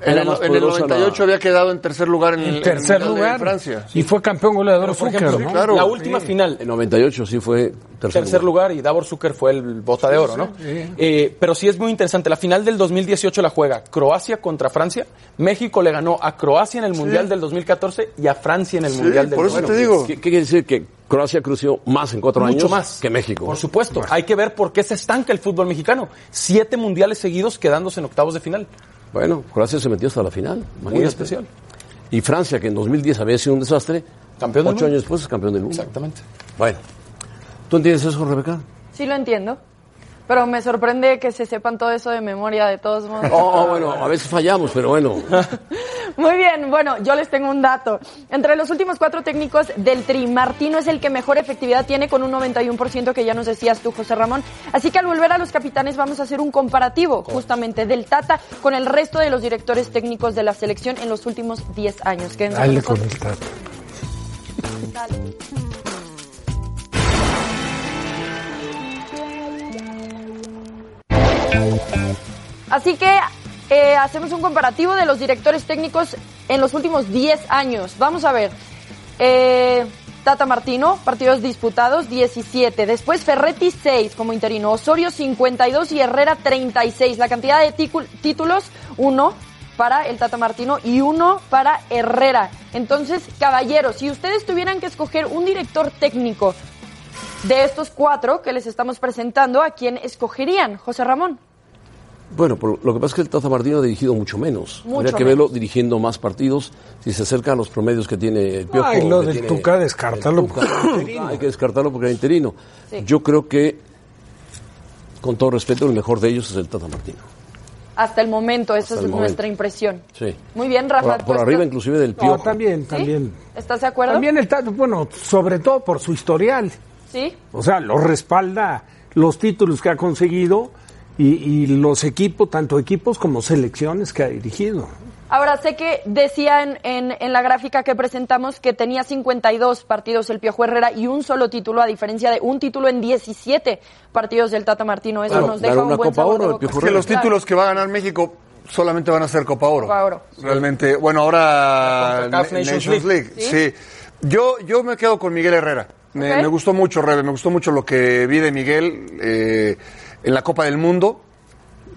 [SPEAKER 5] En
[SPEAKER 3] Era
[SPEAKER 5] el,
[SPEAKER 3] más
[SPEAKER 5] en el
[SPEAKER 3] poderosa la-
[SPEAKER 5] 98 había quedado en tercer lugar en, el-
[SPEAKER 4] En tercer
[SPEAKER 5] el Mundial de
[SPEAKER 4] lugar.
[SPEAKER 5] Francia.
[SPEAKER 4] Y fue campeón goleador
[SPEAKER 3] Pero, por
[SPEAKER 4] Zúcar,
[SPEAKER 3] ejemplo,
[SPEAKER 4] ¿no?
[SPEAKER 3] la última final,
[SPEAKER 2] En 98 sí fue tercer,
[SPEAKER 3] tercer
[SPEAKER 2] lugar.
[SPEAKER 3] lugar. y Davor Zucker fue el bota de
[SPEAKER 2] Sí,
[SPEAKER 3] oro,
[SPEAKER 2] sí,
[SPEAKER 3] ¿no?
[SPEAKER 2] sí.
[SPEAKER 3] Eh, pero sí es muy interesante. La final del 2018 la juega Croacia contra Francia. México le ganó a Croacia en el Mundial del 2014 y a Francia en el Mundial del
[SPEAKER 2] Bueno, ¿Qué, qué quiere decir que Croacia creció más en cuatro
[SPEAKER 3] Mucho
[SPEAKER 2] años
[SPEAKER 3] más.
[SPEAKER 2] que México?
[SPEAKER 3] Por supuesto, hay que ver por qué se estanca el fútbol mexicano. Siete mundiales seguidos quedándose en octavos de final.
[SPEAKER 2] Bueno, Croacia se metió hasta la final.
[SPEAKER 3] Muy
[SPEAKER 2] imagínate.
[SPEAKER 3] especial.
[SPEAKER 2] Y Francia, que en 2010 había sido un desastre,
[SPEAKER 3] Campeón del
[SPEAKER 2] ocho
[SPEAKER 3] mundo.
[SPEAKER 2] años después es campeón del mundo.
[SPEAKER 3] Exactamente.
[SPEAKER 2] Bueno, ¿tú entiendes eso, Rebeca?
[SPEAKER 11] Sí lo entiendo. Pero me sorprende que se sepan todo eso de memoria, de todos modos.
[SPEAKER 2] Oh, bueno, a veces fallamos, pero bueno.
[SPEAKER 11] Muy bien, bueno, yo les tengo un dato. Entre los últimos cuatro técnicos del Tri, Martino es el que mejor efectividad tiene con un 91% que ya nos decías tú, José Ramón. Así que al volver a los capitanes vamos a hacer un comparativo justamente del Tata con el resto de los directores técnicos de la selección en los últimos 10 años. Quédense con
[SPEAKER 4] Dale con
[SPEAKER 11] nosotros.
[SPEAKER 4] el Tata.
[SPEAKER 11] Así que eh, hacemos un comparativo de los directores técnicos en los últimos 10 años. Vamos a ver. Eh, Tata Martino, partidos disputados, 17. Después Ferretti, 6 como interino. Osorio, 52 y Herrera, 36. La cantidad de ticu- títulos, 1 para el Tata Martino y uno para Herrera. Entonces, caballeros, si ustedes tuvieran que escoger un director técnico de estos cuatro que les estamos presentando, ¿a quién escogerían? José Ramón.
[SPEAKER 2] Bueno, por- lo que pasa es que el Tata Martino ha dirigido mucho menos.
[SPEAKER 11] Mucho
[SPEAKER 2] Habría que
[SPEAKER 11] menos.
[SPEAKER 2] verlo dirigiendo más partidos si se acerca a los promedios que tiene el Piojo.
[SPEAKER 4] Ay, lo
[SPEAKER 2] que
[SPEAKER 4] del
[SPEAKER 2] tiene-
[SPEAKER 4] Tuca, descártalo.
[SPEAKER 2] Hay que descartarlo porque era interino.
[SPEAKER 11] Sí.
[SPEAKER 2] Yo creo que, con todo respeto, el mejor de ellos es el Tata Martino.
[SPEAKER 11] Hasta el momento, esa es
[SPEAKER 2] Hasta el
[SPEAKER 11] nuestra impresión.
[SPEAKER 2] Sí.
[SPEAKER 11] Muy bien,
[SPEAKER 2] Por,
[SPEAKER 11] Rafa.
[SPEAKER 2] por
[SPEAKER 11] ¿tú estás-
[SPEAKER 2] arriba inclusive del
[SPEAKER 4] No,
[SPEAKER 2] Piojo.
[SPEAKER 4] también, también.
[SPEAKER 11] ¿Estás de acuerdo?
[SPEAKER 4] También el Tata, bueno, sobre todo por su historial.
[SPEAKER 11] Sí.
[SPEAKER 4] O sea, lo respalda los títulos que ha conseguido y, y los equipos, tanto equipos como selecciones que ha dirigido.
[SPEAKER 11] Ahora, sé que decía en, en- en la gráfica que presentamos que tenía 52 partidos el Piojo Herrera y un solo título, a diferencia de un título en 17 partidos del Tata Martino. Eso nos deja un buen sabor de boca.
[SPEAKER 5] Es que los títulos que va a ganar México solamente van a ser Copa Oro.
[SPEAKER 11] Copa Oro.
[SPEAKER 5] Realmente, bueno, ahora
[SPEAKER 3] CONCACAF
[SPEAKER 5] Na-
[SPEAKER 3] Nations
[SPEAKER 5] Nations, League. Sí. Yo, yo me quedo con Miguel Herrera. Me,
[SPEAKER 3] Ok.
[SPEAKER 5] me gustó mucho, Rebe, me gustó mucho lo que vi de Miguel eh, en la Copa del Mundo.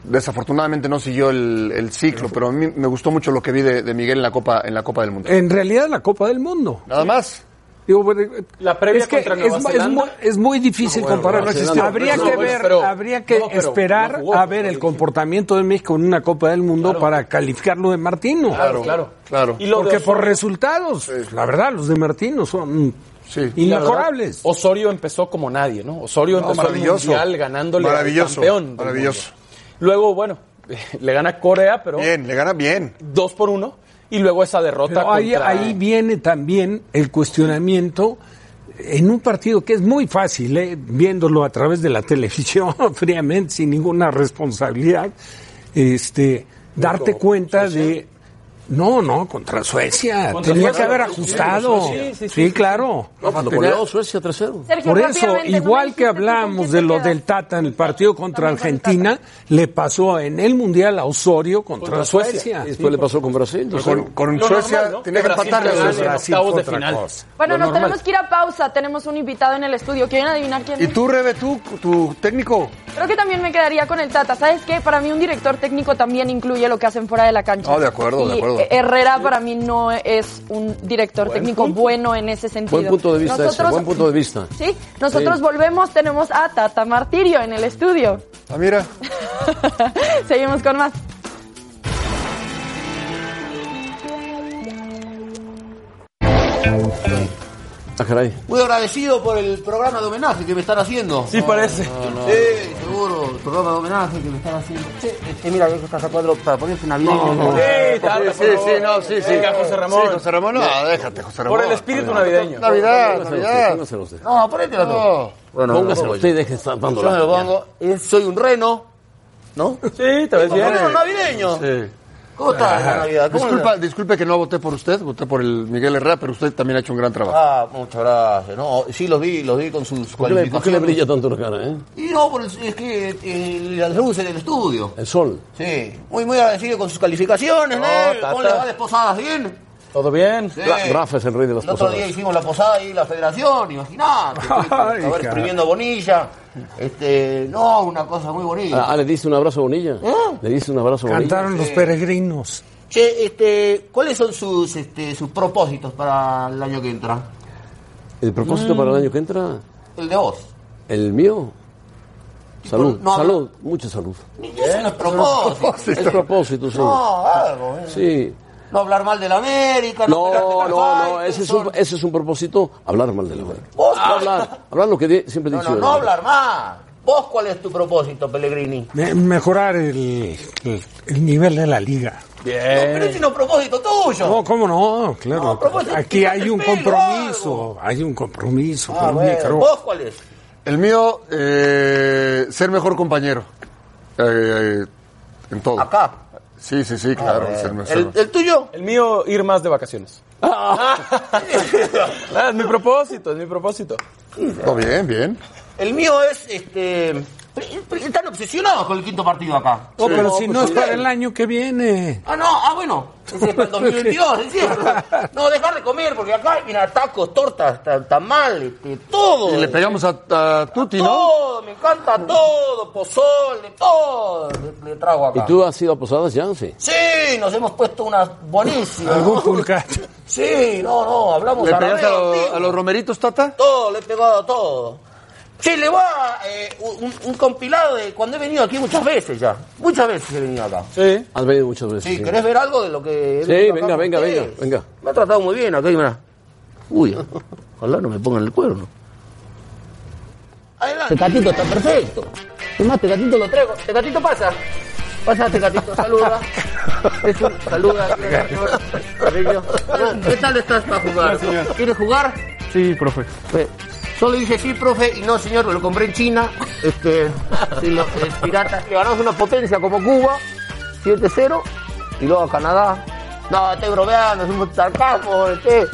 [SPEAKER 5] Desafortunadamente no siguió el, el ciclo, pero a mí me gustó mucho lo que vi de, de Miguel en la Copa en la Copa del Mundo.
[SPEAKER 4] En realidad, la Copa del Mundo.
[SPEAKER 5] Nada más.
[SPEAKER 4] Digo, bueno,
[SPEAKER 3] La previa
[SPEAKER 4] es que
[SPEAKER 3] contra Nueva
[SPEAKER 4] es, es
[SPEAKER 3] Zelanda.
[SPEAKER 4] muy, es muy difícil
[SPEAKER 3] No, bueno,
[SPEAKER 4] comparar.
[SPEAKER 3] Nueva Zelanda.
[SPEAKER 4] habría,
[SPEAKER 3] No,
[SPEAKER 4] que
[SPEAKER 3] bueno,
[SPEAKER 4] ver,
[SPEAKER 3] pero-
[SPEAKER 4] habría que
[SPEAKER 3] no, pero
[SPEAKER 4] esperar
[SPEAKER 3] no jugó,
[SPEAKER 4] a ver el comportamiento de México en una Copa del Mundo para calificarlo de Martino.
[SPEAKER 3] Claro, claro.
[SPEAKER 5] claro.
[SPEAKER 3] Y lo de
[SPEAKER 4] Porque por
[SPEAKER 3] Osorio-
[SPEAKER 4] resultados, la verdad, los de Martino son
[SPEAKER 3] Y la verdad,
[SPEAKER 4] inmejorables.
[SPEAKER 3] Osorio empezó como nadie, ¿no? Osorio
[SPEAKER 5] No,
[SPEAKER 3] empezó el
[SPEAKER 5] maravilloso.
[SPEAKER 3] mundial ganándole al
[SPEAKER 5] Maravilloso,
[SPEAKER 3] campeón. del
[SPEAKER 5] maravilloso.
[SPEAKER 3] mundo. Luego, bueno, le gana Corea, pero
[SPEAKER 5] Bien, le gana bien.
[SPEAKER 3] dos por uno. Y luego esa derrota
[SPEAKER 4] Pero ahí,
[SPEAKER 3] contra...
[SPEAKER 4] ahí viene también el cuestionamiento en un partido que es muy fácil, ¿eh? viéndolo a través de la televisión fríamente, sin ninguna responsabilidad, este, darte cuenta de... No, no, contra Suecia.
[SPEAKER 2] Contra
[SPEAKER 4] Tenía
[SPEAKER 2] Suecia,
[SPEAKER 4] que haber
[SPEAKER 2] sí,
[SPEAKER 4] ajustado.
[SPEAKER 2] sí,
[SPEAKER 4] Sí,
[SPEAKER 2] sí, sí,
[SPEAKER 4] claro.
[SPEAKER 2] No, pues lo goleó Suecia 3-0.
[SPEAKER 4] Por eso, igual que hablamos de lo del Tata en el partido contra Argentina, le pasó en el Mundial a Osorio contra,
[SPEAKER 2] Contra Suecia.
[SPEAKER 4] Suecia.
[SPEAKER 2] Y después le pasó con Brasil.
[SPEAKER 4] Pero
[SPEAKER 2] Entonces,
[SPEAKER 4] con- con Lo Suecia normal, ¿no? tenía que Que Brasil empatarle. te gane en Brasil octavos fue de otra final. cosa.
[SPEAKER 11] Bueno,
[SPEAKER 4] Lo
[SPEAKER 11] nos
[SPEAKER 4] normal.
[SPEAKER 11] tenemos que ir a pausa. Tenemos un invitado en el estudio. ¿Quieren adivinar quién
[SPEAKER 5] ¿Y
[SPEAKER 11] es?
[SPEAKER 5] tú, Rebe, tú, tu técnico?
[SPEAKER 11] Creo que también me quedaría con el Tata. ¿Sabes qué? Para mí un director técnico también incluye lo que hacen fuera de la cancha.
[SPEAKER 5] Ah, de acuerdo, de
[SPEAKER 11] Y,
[SPEAKER 5] acuerdo.
[SPEAKER 11] eh, Herrera para mí no es un director técnico bueno en ese sentido.
[SPEAKER 2] Buen punto de vista ese,
[SPEAKER 11] Nosotros-
[SPEAKER 2] buen punto de vista.
[SPEAKER 11] Sí, nosotros
[SPEAKER 2] Sí.
[SPEAKER 11] volvemos, tenemos a Tata Martirio en el estudio.
[SPEAKER 5] Ah, mira.
[SPEAKER 11] Seguimos con más.
[SPEAKER 2] Ah, caray.
[SPEAKER 15] Muy agradecido por el programa de homenaje que me están haciendo.
[SPEAKER 3] Sí, parece.
[SPEAKER 15] Sí, seguro. El programa de homenaje que me están haciendo. Sí, este, mira, que estás a cuadro para ponerte una vida.
[SPEAKER 3] No, no. Sí, tarda,
[SPEAKER 15] sí,
[SPEAKER 3] por
[SPEAKER 15] sí,
[SPEAKER 3] favor.
[SPEAKER 15] no, sí, sí.
[SPEAKER 3] Venga, José Ramón.
[SPEAKER 15] Sí, José Ramón, no,
[SPEAKER 3] Ya.
[SPEAKER 15] déjate, José
[SPEAKER 3] Por
[SPEAKER 15] Ramón.
[SPEAKER 3] el espíritu navideño.
[SPEAKER 15] Navidad,
[SPEAKER 3] Póngaselo usted,
[SPEAKER 15] Navidad.
[SPEAKER 3] póngaselo usted.
[SPEAKER 15] No, ponételo tú.
[SPEAKER 3] No.
[SPEAKER 15] Bueno,
[SPEAKER 2] Póngase
[SPEAKER 15] no, no,
[SPEAKER 2] usted,
[SPEAKER 15] yo-
[SPEAKER 2] deje estar dando
[SPEAKER 15] Yo
[SPEAKER 2] la-
[SPEAKER 15] me pongo, eh, soy un reno, ¿no?
[SPEAKER 3] Sí,
[SPEAKER 15] te
[SPEAKER 5] ves bien.
[SPEAKER 15] navideño. ¿Cómo está la Navidad? Ah, ¿Cómo
[SPEAKER 5] Disculpa, disculpe que no voté por usted, voté por el Miguel Herrera, pero usted también ha hecho un gran trabajo.
[SPEAKER 15] Ah, muchas gracias. No, sí, los vi, los vi con sus
[SPEAKER 5] ¿Por qué le- por qué le
[SPEAKER 15] Ah,
[SPEAKER 5] brilla
[SPEAKER 2] tanto la cara, eh?
[SPEAKER 15] Y no, por el- es que eh, las luces del estudio.
[SPEAKER 2] El sol.
[SPEAKER 15] Sí, muy, muy agradecido con sus calificaciones,
[SPEAKER 3] No,
[SPEAKER 15] ¿no? ¿Cómo
[SPEAKER 3] tata.
[SPEAKER 15] le va de posadas bien?
[SPEAKER 3] ¿Todo bien?
[SPEAKER 15] Sí.
[SPEAKER 2] Ra- Rafa es el rey de las
[SPEAKER 15] El otro día
[SPEAKER 2] posadas.
[SPEAKER 15] hicimos la posada ahí, la federación, imagínate. Estaba
[SPEAKER 2] carajo.
[SPEAKER 15] escribiendo Bonilla. Este, no, ¿Eh? una cosa muy bonita.
[SPEAKER 2] Ah, ah, le dice un abrazo a Bonilla. Le dice un abrazo a Bonilla.
[SPEAKER 4] Cantaron los peregrinos.
[SPEAKER 15] Che, este, ¿cuáles son sus, este, sus propósitos para el año que entra?
[SPEAKER 2] El propósito para el año que entra,
[SPEAKER 15] El de vos.
[SPEAKER 2] el mío. Salud,
[SPEAKER 15] no,
[SPEAKER 2] salud, mucha salud.
[SPEAKER 15] Eso no es propósito.
[SPEAKER 2] Es propósito, sí.
[SPEAKER 15] No, algo. eh.
[SPEAKER 2] Sí.
[SPEAKER 15] No hablar mal de la América.
[SPEAKER 2] No,
[SPEAKER 15] pelearte
[SPEAKER 2] no,
[SPEAKER 15] con
[SPEAKER 2] no,
[SPEAKER 15] Fight,
[SPEAKER 2] ese es
[SPEAKER 15] son-
[SPEAKER 2] un, ese es un propósito, hablar mal de la verdad.
[SPEAKER 15] Vos,
[SPEAKER 2] Hablar, hablar lo que di- siempre he
[SPEAKER 15] no,
[SPEAKER 2] dicho.
[SPEAKER 15] no,
[SPEAKER 2] yo.
[SPEAKER 15] no hablar más. ¿Vos cuál es tu propósito, Pellegrini?
[SPEAKER 4] Me- mejorar el, el- el nivel de la liga.
[SPEAKER 15] No, pero ese no es propósito tuyo.
[SPEAKER 4] No, ¿cómo no? Claro.
[SPEAKER 15] propósito,
[SPEAKER 4] Aquí hay un
[SPEAKER 15] pelo,
[SPEAKER 4] compromiso. Hay un compromiso.
[SPEAKER 15] Ah,
[SPEAKER 4] con un
[SPEAKER 15] bueno.
[SPEAKER 4] micro.
[SPEAKER 15] ¿Vos cuál es?
[SPEAKER 5] El mío, eh, ser mejor compañero. Eh, eh, en todo.
[SPEAKER 15] ¿Acá?
[SPEAKER 5] Sí, sí, sí, claro.
[SPEAKER 3] Ah, bueno.
[SPEAKER 5] ser mejor.
[SPEAKER 3] ¿El-
[SPEAKER 15] tuyo?
[SPEAKER 3] El mío, ir más de vacaciones. Ah, es mi propósito, es mi propósito.
[SPEAKER 5] No, bien, bien.
[SPEAKER 15] El mío es, este... pri- pri- Están obsesionados con el quinto partido acá.
[SPEAKER 4] No, pues pero si no es para el año que viene.
[SPEAKER 15] Ah, no, ah, bueno. Ese es para el 2022, es cierto. No, dejar de comer, porque acá, mira, tacos, tortas, ta- tamal, este, todo.
[SPEAKER 5] Y le pegamos a, a Tuti, ¿no?
[SPEAKER 15] Todo, me encanta todo, pozole, todo. Le, le trago acá.
[SPEAKER 2] ¿Y tú has ido a posadas ya? Sí.
[SPEAKER 15] Sí, nos hemos puesto unas buenísimas.
[SPEAKER 4] Algún pulcacho.
[SPEAKER 15] Sí, no, no, hablamos
[SPEAKER 5] ¿Le
[SPEAKER 15] a la
[SPEAKER 5] pegaste a,
[SPEAKER 15] vez,
[SPEAKER 5] lo-
[SPEAKER 15] tío.
[SPEAKER 5] a los romeritos, Tata?
[SPEAKER 15] Todo, le he pegado a todo. Sí, le va eh, un, un compilado de cuando he venido aquí muchas veces ya. Muchas veces he venido acá.
[SPEAKER 3] Sí.
[SPEAKER 2] Has venido muchas veces.
[SPEAKER 15] Sí, ¿querés ver algo de lo que... he
[SPEAKER 2] Sí,
[SPEAKER 15] venido
[SPEAKER 2] venga,
[SPEAKER 15] acá con
[SPEAKER 2] venga, venga,
[SPEAKER 15] ustedes?
[SPEAKER 2] venga.
[SPEAKER 15] Me ha tratado muy bien acá, mira. Uy, ojalá no me pongan el cuerno. Adelante. Tecatito Este está perfecto. Es más, Tecatito lo traigo. Tecatito pasa. Pasa, Tecatito, saluda. Es un- saluda. Cariño. ¿Qué tal estás para jugar? ¿Quieres jugar?
[SPEAKER 16] Sí, profe.
[SPEAKER 15] Eh, Solo dije sí, profe, y no, señor, lo compré en China. Este, sí, lo- es pirata. Le ganamos una potencia como Cuba, 7-0, y luego a Canadá. No, este, estoy bromeando, es un sarcasmo, este.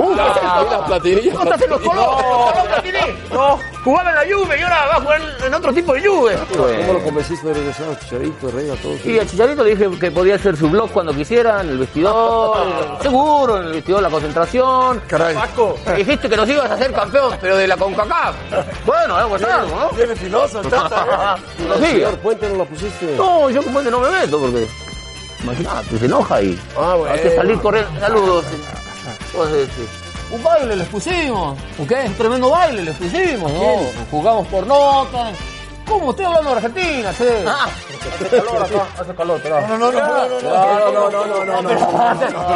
[SPEAKER 15] ¡Uh!
[SPEAKER 2] Ah, mira, Platini.
[SPEAKER 15] ¿Cómo estás en los colores?
[SPEAKER 2] No.
[SPEAKER 15] ¡No, Platini! ¡No! Jugaba en la Juve y ahora va a jugar en- en otro tipo de Juve.
[SPEAKER 2] ¿Cómo lo convenciste de regresar a Chicharito, Herrera, a todos?
[SPEAKER 15] Y a Chicharito le dije que podía hacer su blog cuando quisiera, en el vestidor, en- seguro, en el vestidor, la concentración. Oh. Caray. Paco, me dijiste que nos ibas a hacer campeón, pero de la CONCACAF. Bueno, algo es algo, ¿no? Tiene filoso, ¿eh?
[SPEAKER 2] Tata,
[SPEAKER 15] Lo
[SPEAKER 2] El
[SPEAKER 15] sigue.
[SPEAKER 2] señor Puente no la pusiste.
[SPEAKER 15] No, yo como este no me meto, porque... Imagínate, se enoja ahí. Ah, bueno. Hay que salir corriendo. Saludos. Entonces, sí. Un baile les pusimos. ¿Un qué? Un tremendo baile les pusimos, ¿no? Jugamos por notas. ¿Cómo? Estoy hablando de Argentina, sí. Hace calor acá, hace calor, pero... No, no, no, no, no, no, no, no, no,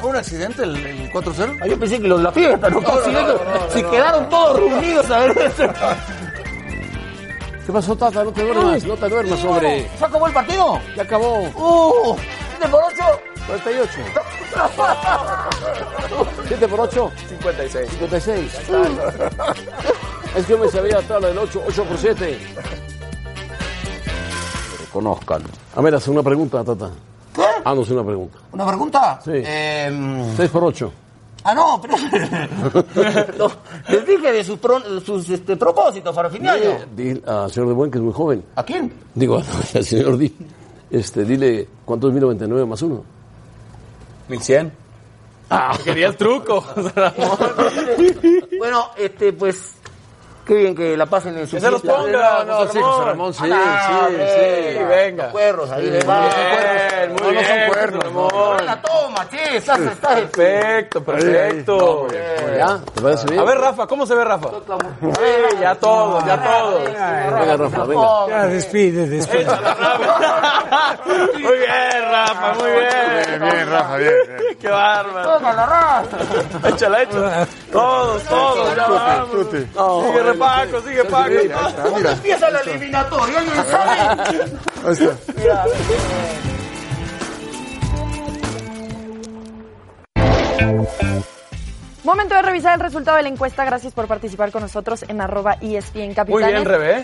[SPEAKER 5] ¿Fue un accidente el, el 4-0?
[SPEAKER 15] Ah, Yo pensé que los la fiesta, no, si, si quedaron todos reunidos a ver eso.
[SPEAKER 2] ¿Qué pasó, Tata? No te duermas, no te duermas, hombre.
[SPEAKER 15] ¿Ya acabó el partido?
[SPEAKER 2] Ya acabó.
[SPEAKER 15] ¡Uh! ¿Siete por ocho?
[SPEAKER 2] 48. 7 por 8.
[SPEAKER 3] 56.
[SPEAKER 2] 56. Es que yo me sabía la tabla del 8, 8 por 7. Conozcan. A ver, hace una pregunta, Tata. ¿Qué? Ah, no, hace una pregunta.
[SPEAKER 15] ¿Una pregunta?
[SPEAKER 2] Sí.
[SPEAKER 15] Eh,
[SPEAKER 2] 6 por 8.
[SPEAKER 15] Ah, no, pero... No, les dije de sus, pro- sus, este, propósitos para fin de año.
[SPEAKER 2] Dile al señor de Buen, que es muy joven.
[SPEAKER 15] ¿A quién?
[SPEAKER 2] Digo, al señor Di. Este, dile, ¿cuánto es 1099 más 1?
[SPEAKER 3] 1100. Quería el truco.
[SPEAKER 15] Bueno, este, pues... Qué bien que la pasen en su
[SPEAKER 5] Que se los
[SPEAKER 15] fiesta.
[SPEAKER 5] ponga,
[SPEAKER 15] No, no,
[SPEAKER 5] José
[SPEAKER 15] sí,
[SPEAKER 5] Ramón.
[SPEAKER 15] José Ramón, sí,
[SPEAKER 5] Ah,
[SPEAKER 15] sí,
[SPEAKER 5] hombre,
[SPEAKER 15] sí.
[SPEAKER 5] los cuernos ahí,
[SPEAKER 15] Bien,
[SPEAKER 5] vamos,
[SPEAKER 15] bien,
[SPEAKER 5] cuernos.
[SPEAKER 15] muy
[SPEAKER 5] No, no son
[SPEAKER 15] bien,
[SPEAKER 5] cuernos,
[SPEAKER 15] José
[SPEAKER 5] no.
[SPEAKER 15] Ramón. La toma, che, estás, estás.
[SPEAKER 3] Perfecto, perfecto.
[SPEAKER 2] ¿Ya? ¿Te parece bien?
[SPEAKER 3] A ver, Rafa, ¿cómo se ve Rafa? Sí, ya todos, ya todos.
[SPEAKER 2] Venga, Rafa, venga.
[SPEAKER 4] Ya, despide, despide.
[SPEAKER 3] Muy bien, Rafa, muy bien.
[SPEAKER 14] bien, Rafa, bien.
[SPEAKER 3] Qué bárbaro.
[SPEAKER 15] Toma la raza.
[SPEAKER 3] Échala, échala. Todos, todos, ya vamos. Sigue Repaco, sigue Paco.
[SPEAKER 15] ¿Dónde empieza la eliminatoria? ¿Alguien sabe? Mira,
[SPEAKER 11] Momento de revisar el resultado de la encuesta. Gracias por participar con nosotros en arroba E ESPN Capitanes.
[SPEAKER 3] Muy
[SPEAKER 4] ¿eh?
[SPEAKER 3] bien, Rebe. ¿eh?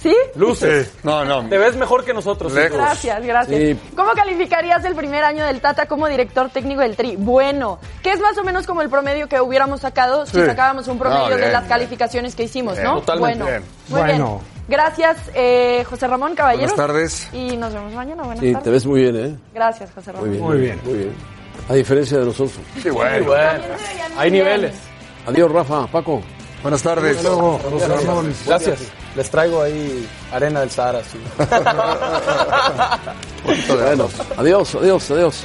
[SPEAKER 11] ¿Sí?
[SPEAKER 3] Luces.
[SPEAKER 14] No, no.
[SPEAKER 3] Te ves mejor que nosotros. sin duda.
[SPEAKER 11] Gracias, gracias. ¿Cómo calificarías el primer año del Tata como director técnico del Tri? Bueno, que es más o menos como el promedio que hubiéramos sacado si
[SPEAKER 14] Sí.
[SPEAKER 11] sacábamos un promedio
[SPEAKER 14] Ah, bien,
[SPEAKER 11] de las
[SPEAKER 14] bien.
[SPEAKER 11] calificaciones que hicimos,
[SPEAKER 14] Bien,
[SPEAKER 11] ¿no?
[SPEAKER 14] totalmente.
[SPEAKER 11] Bueno,
[SPEAKER 14] Bien.
[SPEAKER 11] muy bien.
[SPEAKER 14] Bueno.
[SPEAKER 11] Gracias, eh, José Ramón Caballero.
[SPEAKER 2] Buenas tardes.
[SPEAKER 11] Y nos vemos mañana. Buenas
[SPEAKER 2] Sí,
[SPEAKER 11] tardes.
[SPEAKER 2] te ves muy bien, ¿eh?
[SPEAKER 11] Gracias, José Ramón.
[SPEAKER 2] Muy bien. Muy bien. A diferencia de nosotros.
[SPEAKER 14] Sí, bueno.
[SPEAKER 11] Sí, bueno. También
[SPEAKER 3] Hay niveles.
[SPEAKER 2] Adiós, Rafa, Paco.
[SPEAKER 14] Buenas
[SPEAKER 2] tardes.
[SPEAKER 3] Hasta luego,
[SPEAKER 2] José Ramón.
[SPEAKER 3] Gracias. Les traigo ahí arena del Sahara. sí.
[SPEAKER 2] Bueno, adiós, adiós, adiós.